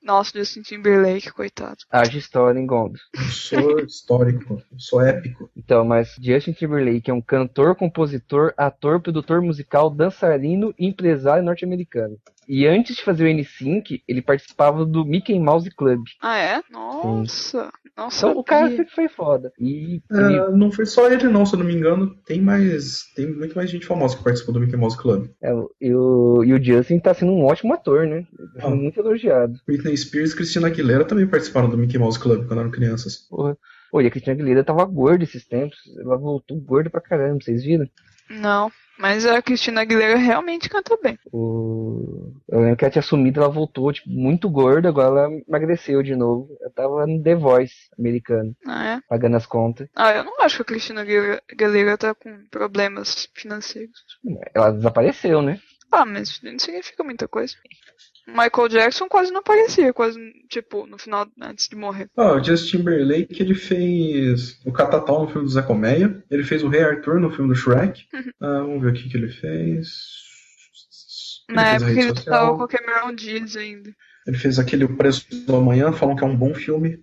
S4: Nossa, Justin Timberlake, coitado.
S1: haja história em Gondo.
S3: Eu sou histórico, eu sou épico.
S1: Então, mas Justin Timberlake é um cantor, compositor, ator, produtor musical, dançarino e empresário norte-americano. E antes de fazer o N-Sync, ele participava do Mickey Mouse Club.
S4: Ah, é? Nossa. Nossa,
S1: Então o cara sempre foi foda. E, e-
S3: Ah, não foi só ele não, se eu não me engano, tem mais, tem muito mais gente famosa que participou do Mickey Mouse Club.
S1: é, e o, e o Justin tá sendo um ótimo ator, né? Tá sendo
S3: Ah.
S1: muito elogiado.
S3: Britney Spears e Christina Aguilera também participaram do Mickey Mouse Club quando eram crianças.
S1: Porra. Olha, a Cristina Aguilera tava gorda esses tempos. Ela voltou gorda pra caramba, vocês viram?
S4: Não, mas a Cristina Aguilera realmente canta bem.
S1: O- Eu lembro que ela tinha assumido, ela voltou, tipo, muito gorda, agora ela emagreceu de novo. Ela tava no The Voice americano,
S4: Ah, é?
S1: pagando as contas.
S4: Ah, eu não acho que a Cristina Aguilera- Aguilera tá com problemas financeiros.
S1: Ela desapareceu, né?
S4: Ah, mas não significa muita coisa. Michael Jackson quase não aparecia, quase, tipo, no final, antes de morrer.
S3: Ah, o Justin Timberlake, ele fez o Catatal no filme do Zé Colmeia, ele fez o Rei Arthur no filme do Shrek.
S4: Uhum.
S3: Ah, vamos ver o que que ele fez. Ele
S4: Na
S3: fez a
S4: época
S3: rede
S4: ele
S3: social.
S4: tava com a Cameron Diaz ainda.
S3: Ele fez aquele O Preço do Amanhã, falam que é um bom filme.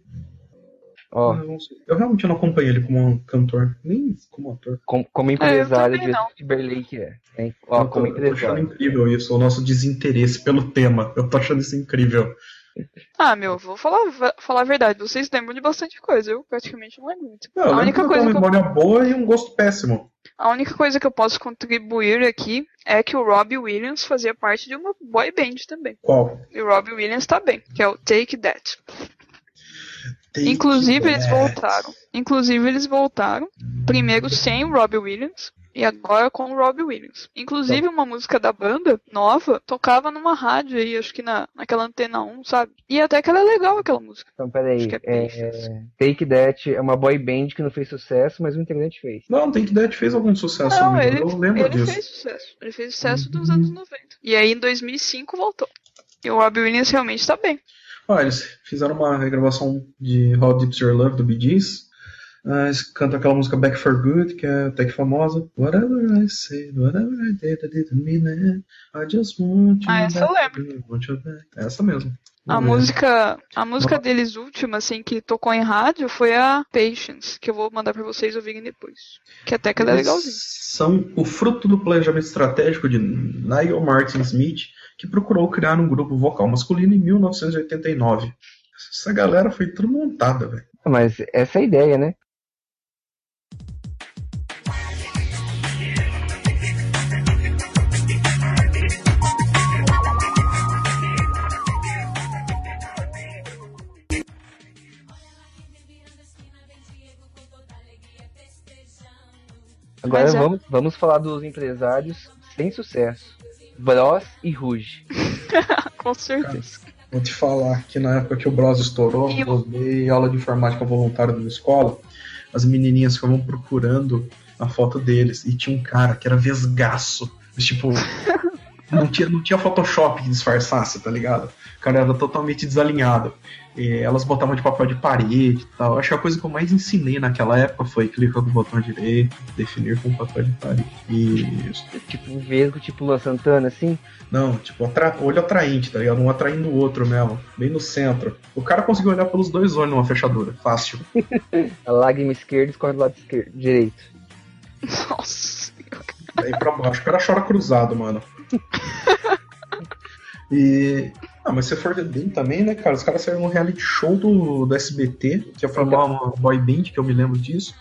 S1: Ó,
S4: Hum.
S3: Eu não sei. Eu realmente não acompanhei ele como um cantor, nem como ator.
S1: com- como empresário
S4: É, também
S1: de
S4: não.
S1: Timberlake é. hein? Ó,
S3: eu tô,
S1: como
S3: eu tô achando
S1: empresário.
S3: incrível isso, o nosso desinteresse pelo tema. Eu tô achando isso incrível.
S4: Ah, meu, vou falar, falar a verdade. Vocês lembram de bastante coisa, eu praticamente não lembro muito.
S3: Não, eu
S4: a,
S3: lembro
S4: única
S3: que eu
S4: coisa
S3: tenho
S4: que
S3: uma
S4: eu,
S3: memória boa e um gosto péssimo.
S4: a única coisa que eu posso contribuir aqui é que o Robbie Williams fazia parte de uma boy band também.
S3: Qual?
S4: E o Robbie Williams tá bem, que é o Take That.
S3: Take
S4: Inclusive, eles
S3: That.
S4: voltaram. Inclusive, eles voltaram. Primeiro sem o Robbie Williams. E agora com o Robbie Williams. Inclusive, uma música da banda nova tocava numa rádio aí, acho que na, naquela antena 1, sabe? E até que ela é legal aquela música.
S1: Então, peraí.
S4: Acho que é
S1: é,
S4: Peixes.
S1: Take That é uma boy band que não fez sucesso, mas um integrante fez.
S3: Não, Take That fez algum sucesso,
S4: Não,
S3: amigo.
S4: ele-
S3: eu lembro
S4: Ele
S3: disso. Uhum.
S4: fez sucesso. Ele fez sucesso dos anos 90. E aí, em 2005, voltou. E o Robbie Williams realmente tá bem.
S3: Ah, eles fizeram uma regravação de How Deep's Your Love do Bee Gees. Ah, eles cantam aquela música Back for Good, que é até que famosa. Whatever I say, whatever I did, I didn't mean it. I just want you
S4: Ah, essa eu
S3: back, I want you back. Essa mesmo.
S4: A
S3: Hum.
S4: música, a música deles última, assim, que tocou em rádio foi a Patience, que eu vou mandar pra vocês ouvirem depois. Que até que ela é
S3: Eles
S4: legalzinha. [laughs]
S3: São o fruto do planejamento estratégico de Nigel Martin Smith, que procurou criar um grupo vocal masculino em 1989. Essa galera foi tudo montada, velho.
S1: Mas essa é a ideia, né? Agora
S4: Mas já-
S1: vamos, vamos falar dos empresários sem sucesso. Bros e Ruge.
S4: Com certeza.
S3: Vou te falar que na época que o Bros estourou,
S4: E o-
S3: eu dei aula de informática voluntária numa escola, as menininhas ficavam procurando a foto deles e tinha um cara que era vesgaço. Mas, Tipo, não tinha, não tinha Photoshop que disfarçasse, tá ligado? O cara era totalmente desalinhado. E elas botavam de papel de parede e tal. Acho que a coisa que eu mais ensinei naquela época foi clicar com o botão direito, definir com papel de parede. E
S1: Tipo, um vesgo, tipo Luan Santana, assim.
S3: não, tipo, atra- olho atraente, tá ligado? Um atraindo o outro mesmo, bem no centro. O cara conseguiu olhar pelos dois olhos numa fechadura, fácil.
S1: A lágrima esquerda escorre do lado esquerdo, direito.
S4: Nossa.
S3: Daí pra baixo, o cara chora cruzado, [laughs] mano. E. Ah, mas se for ver bem também, né, cara? Os caras saíram num reality show do, do SBT, que é ia formar uma boy band, que eu me lembro disso.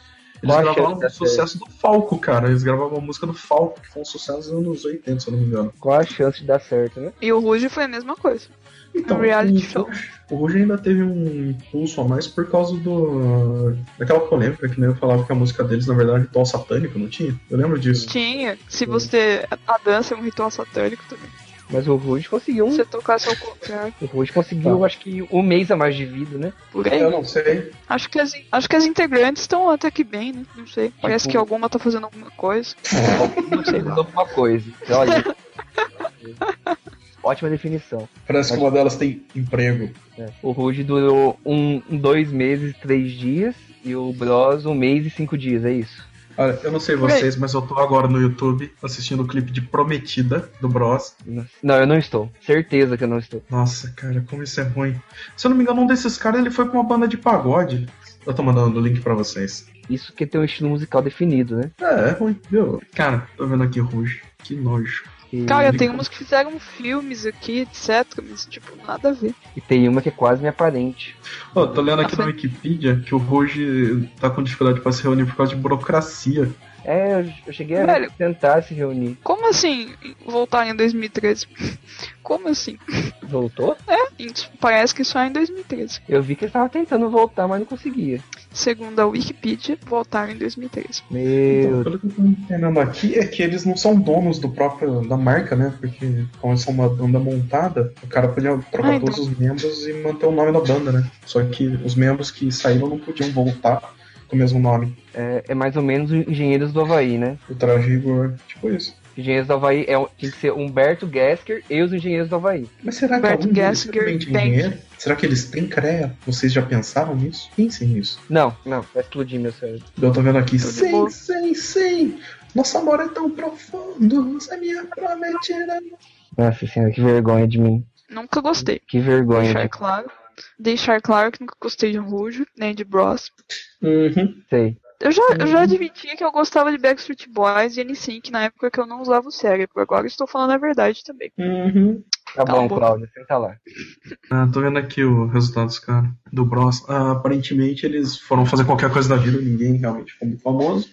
S3: Eles
S1: Qual a
S3: gravaram
S1: chance
S3: um
S1: da
S3: sucesso do Falco, cara. Eles gravavam a música do Falco, que foi um sucesso dos anos 80, se eu não me engano.
S1: Qual a chance de dar certo, né?
S4: E o Ruge foi a mesma coisa.
S3: Então,
S4: Um reality
S3: o
S4: show.
S3: Ruge- O Ruge ainda teve um impulso a mais por causa do daquela polêmica que nem eu falava que a música deles, na verdade, é um ritual satânico, não tinha? Eu lembro disso.
S4: Tinha. Se você. A dança é um ritual satânico também.
S1: Mas o Ruge conseguiu
S4: Se
S1: um.
S4: você
S3: Uh.
S4: tocasse ao contrário.
S1: O Ruge
S4: Tá.
S1: conseguiu, acho que, um mês a mais de vida, né?
S4: Por aí.
S3: Eu não sei.
S4: Acho que as, acho que as integrantes estão até que bem, né? Não sei.
S3: Tipo-
S4: Parece que alguma tá fazendo alguma coisa. Não sei lá.
S1: Alguma coisa. Olha. Ótima definição.
S3: Parece que uma delas tem emprego.
S1: É. O Ruge durou um, dois meses, três dias. E o Bros um mês e cinco dias, é isso.
S3: Olha, eu não sei vocês, mas eu tô agora no YouTube assistindo o clipe de Prometida do Bros.
S1: Não, eu não estou. Certeza que eu não estou.
S3: Nossa, cara, como isso é ruim. Se eu não me engano, um desses caras ele foi pra uma banda de pagode. Eu tô mandando o link pra vocês.
S1: Isso que tem um estilo musical definido, né?
S3: É, é ruim, viu? Cara, tô vendo aqui Ruge. Que nojo.
S1: E,
S4: Cara, tem umas que fizeram filmes aqui, etc. Mas, tipo, nada a ver.
S1: e tem uma que é quase me aparente.
S3: Ó, tô lendo
S4: Tá
S3: aqui na Wikipedia que o Ruge tá com dificuldade pra se reunir por causa de burocracia.
S1: É, eu, eu cheguei
S4: Velho.
S1: a tentar se reunir.
S4: Como assim voltar em 2013? [laughs] Como assim?
S1: Voltou?
S4: Isso, Parece que só é em 2013.
S1: Eu vi que ele tava tentando voltar, mas não conseguia.
S4: Segundo a Wikipedia, voltaram em 2013.
S1: Meu
S3: Então, pelo que eu tô entendendo aqui é que eles não são donos do próprio da marca, né? Porque como eles são uma banda montada, o cara podia trocar
S4: Ah, então.
S3: todos os membros e manter o nome da banda, né? Só que os membros que saíram não podiam voltar com o mesmo nome.
S1: É, é mais ou menos o Engenheiros do Havaí, né?
S3: O traje rigor, tipo isso.
S1: Engenheiros do Havaí é, o- tinha que ser Humberto Gesker e os Engenheiros do Havaí.
S3: Mas será que
S4: Bert
S3: algum deles
S4: Gessinger
S3: realmente é
S4: tem.
S3: engenheiro? Será que eles têm CREA? Vocês já pensaram nisso? Pensem nisso.
S1: Não, não, vai explodir meu cérebro.
S3: Eu tô vendo aqui.
S4: Tudo bom.
S3: Sim, sim, sim. Nosso amor é tão profundo. Você me prometida.
S1: Nossa senhora, que vergonha de mim.
S4: Nunca gostei.
S1: Que vergonha.
S4: Deixar
S1: De...
S4: claro. Deixar claro que nunca gostei de Rouge, nem de Bros.
S3: Uhum.
S1: Sei.
S4: Eu já, eu já admiti que eu gostava de Backstreet Boys e NSYNC na época que eu não usava o cérebro. Agora estou falando a verdade também.
S3: Uhum.
S1: Tá
S4: Cala a
S1: bom,
S4: boca.
S1: Cláudia, senta lá.
S3: Ah, tô vendo aqui o resultado dos caras. Do Bros. Ah, aparentemente eles foram fazer qualquer coisa da vida. Ninguém realmente ficou muito famoso.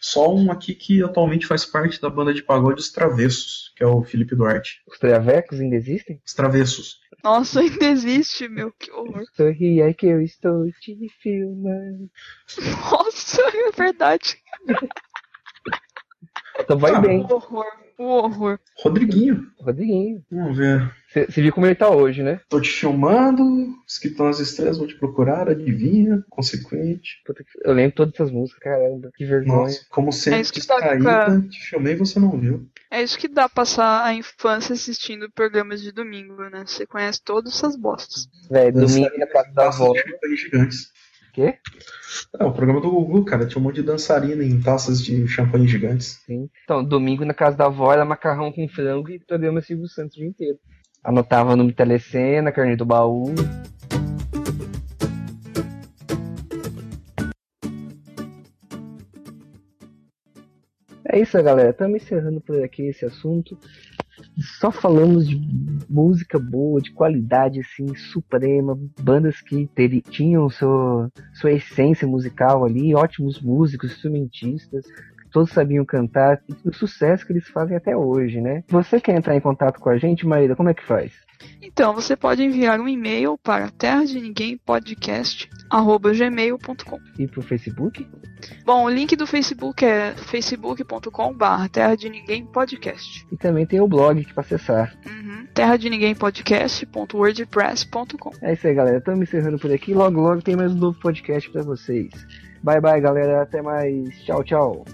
S3: Só um aqui que atualmente faz parte da banda de pagode Os Travessos, que é o Felipe Duarte.
S1: Os travecos ainda existem?
S3: Os Travessos.
S4: Nossa, [laughs] ainda existe, meu. Que horror. [laughs]
S1: Sorria que eu estou te filmando.
S4: Nossa, é verdade.
S1: Então vai
S3: Ah,
S1: bem,
S4: O horror. O horror.
S3: Rodriguinho.
S1: Rodriguinho.
S3: Vamos ver.
S1: Você você viu como ele tá hoje, né?
S3: Tô te filmando. Os que estão nas estrelas vão te procurar. Adivinha. Consequente.
S1: Puta que- Eu lembro todas essas músicas, caramba. Que vergonha.
S3: Nossa, como sempre
S4: É isso que tá
S3: distraída,
S4: com
S3: te filmei e você não viu.
S4: É isso que dá passar a infância assistindo programas de domingo, né? Você conhece todas essas bostas.
S1: Velho,
S3: Dançarina
S1: É domingo na casa da
S3: Passa
S1: avó.
S3: de chutões gigantes.
S1: Quê?
S3: É, o programa do Gugu, cara, tinha um monte de dançarina em taças de champanhe gigantes.
S1: Sim. Então, domingo na casa da avó era macarrão com frango e programa Silvio Santos o dia inteiro. Anotava no telecena, carne do baú. É isso, galera. Estamos encerrando por aqui esse assunto. Só falamos de música boa, de qualidade assim, suprema, bandas que teri- tinham seu, sua essência musical ali, ótimos músicos, instrumentistas, todos sabiam cantar, e o sucesso que eles fazem até hoje, né? Você quer entrar em contato com a gente, Maíra, como é que faz?
S4: Então, você pode enviar um e-mail para terra de ninguém gmail.com.
S1: E pro Facebook?
S4: Bom, o link do Facebook é facebook.com.br terra de ninguém podcast.
S1: E também tem o blog que pra acessar.
S4: Uhum. terra de ninguém podcast.wordpress.com.
S1: É isso aí, galera. Estamos encerrando por aqui. Logo, logo tem mais um novo podcast pra vocês. Bye, bye, galera. Até mais. Tchau, tchau.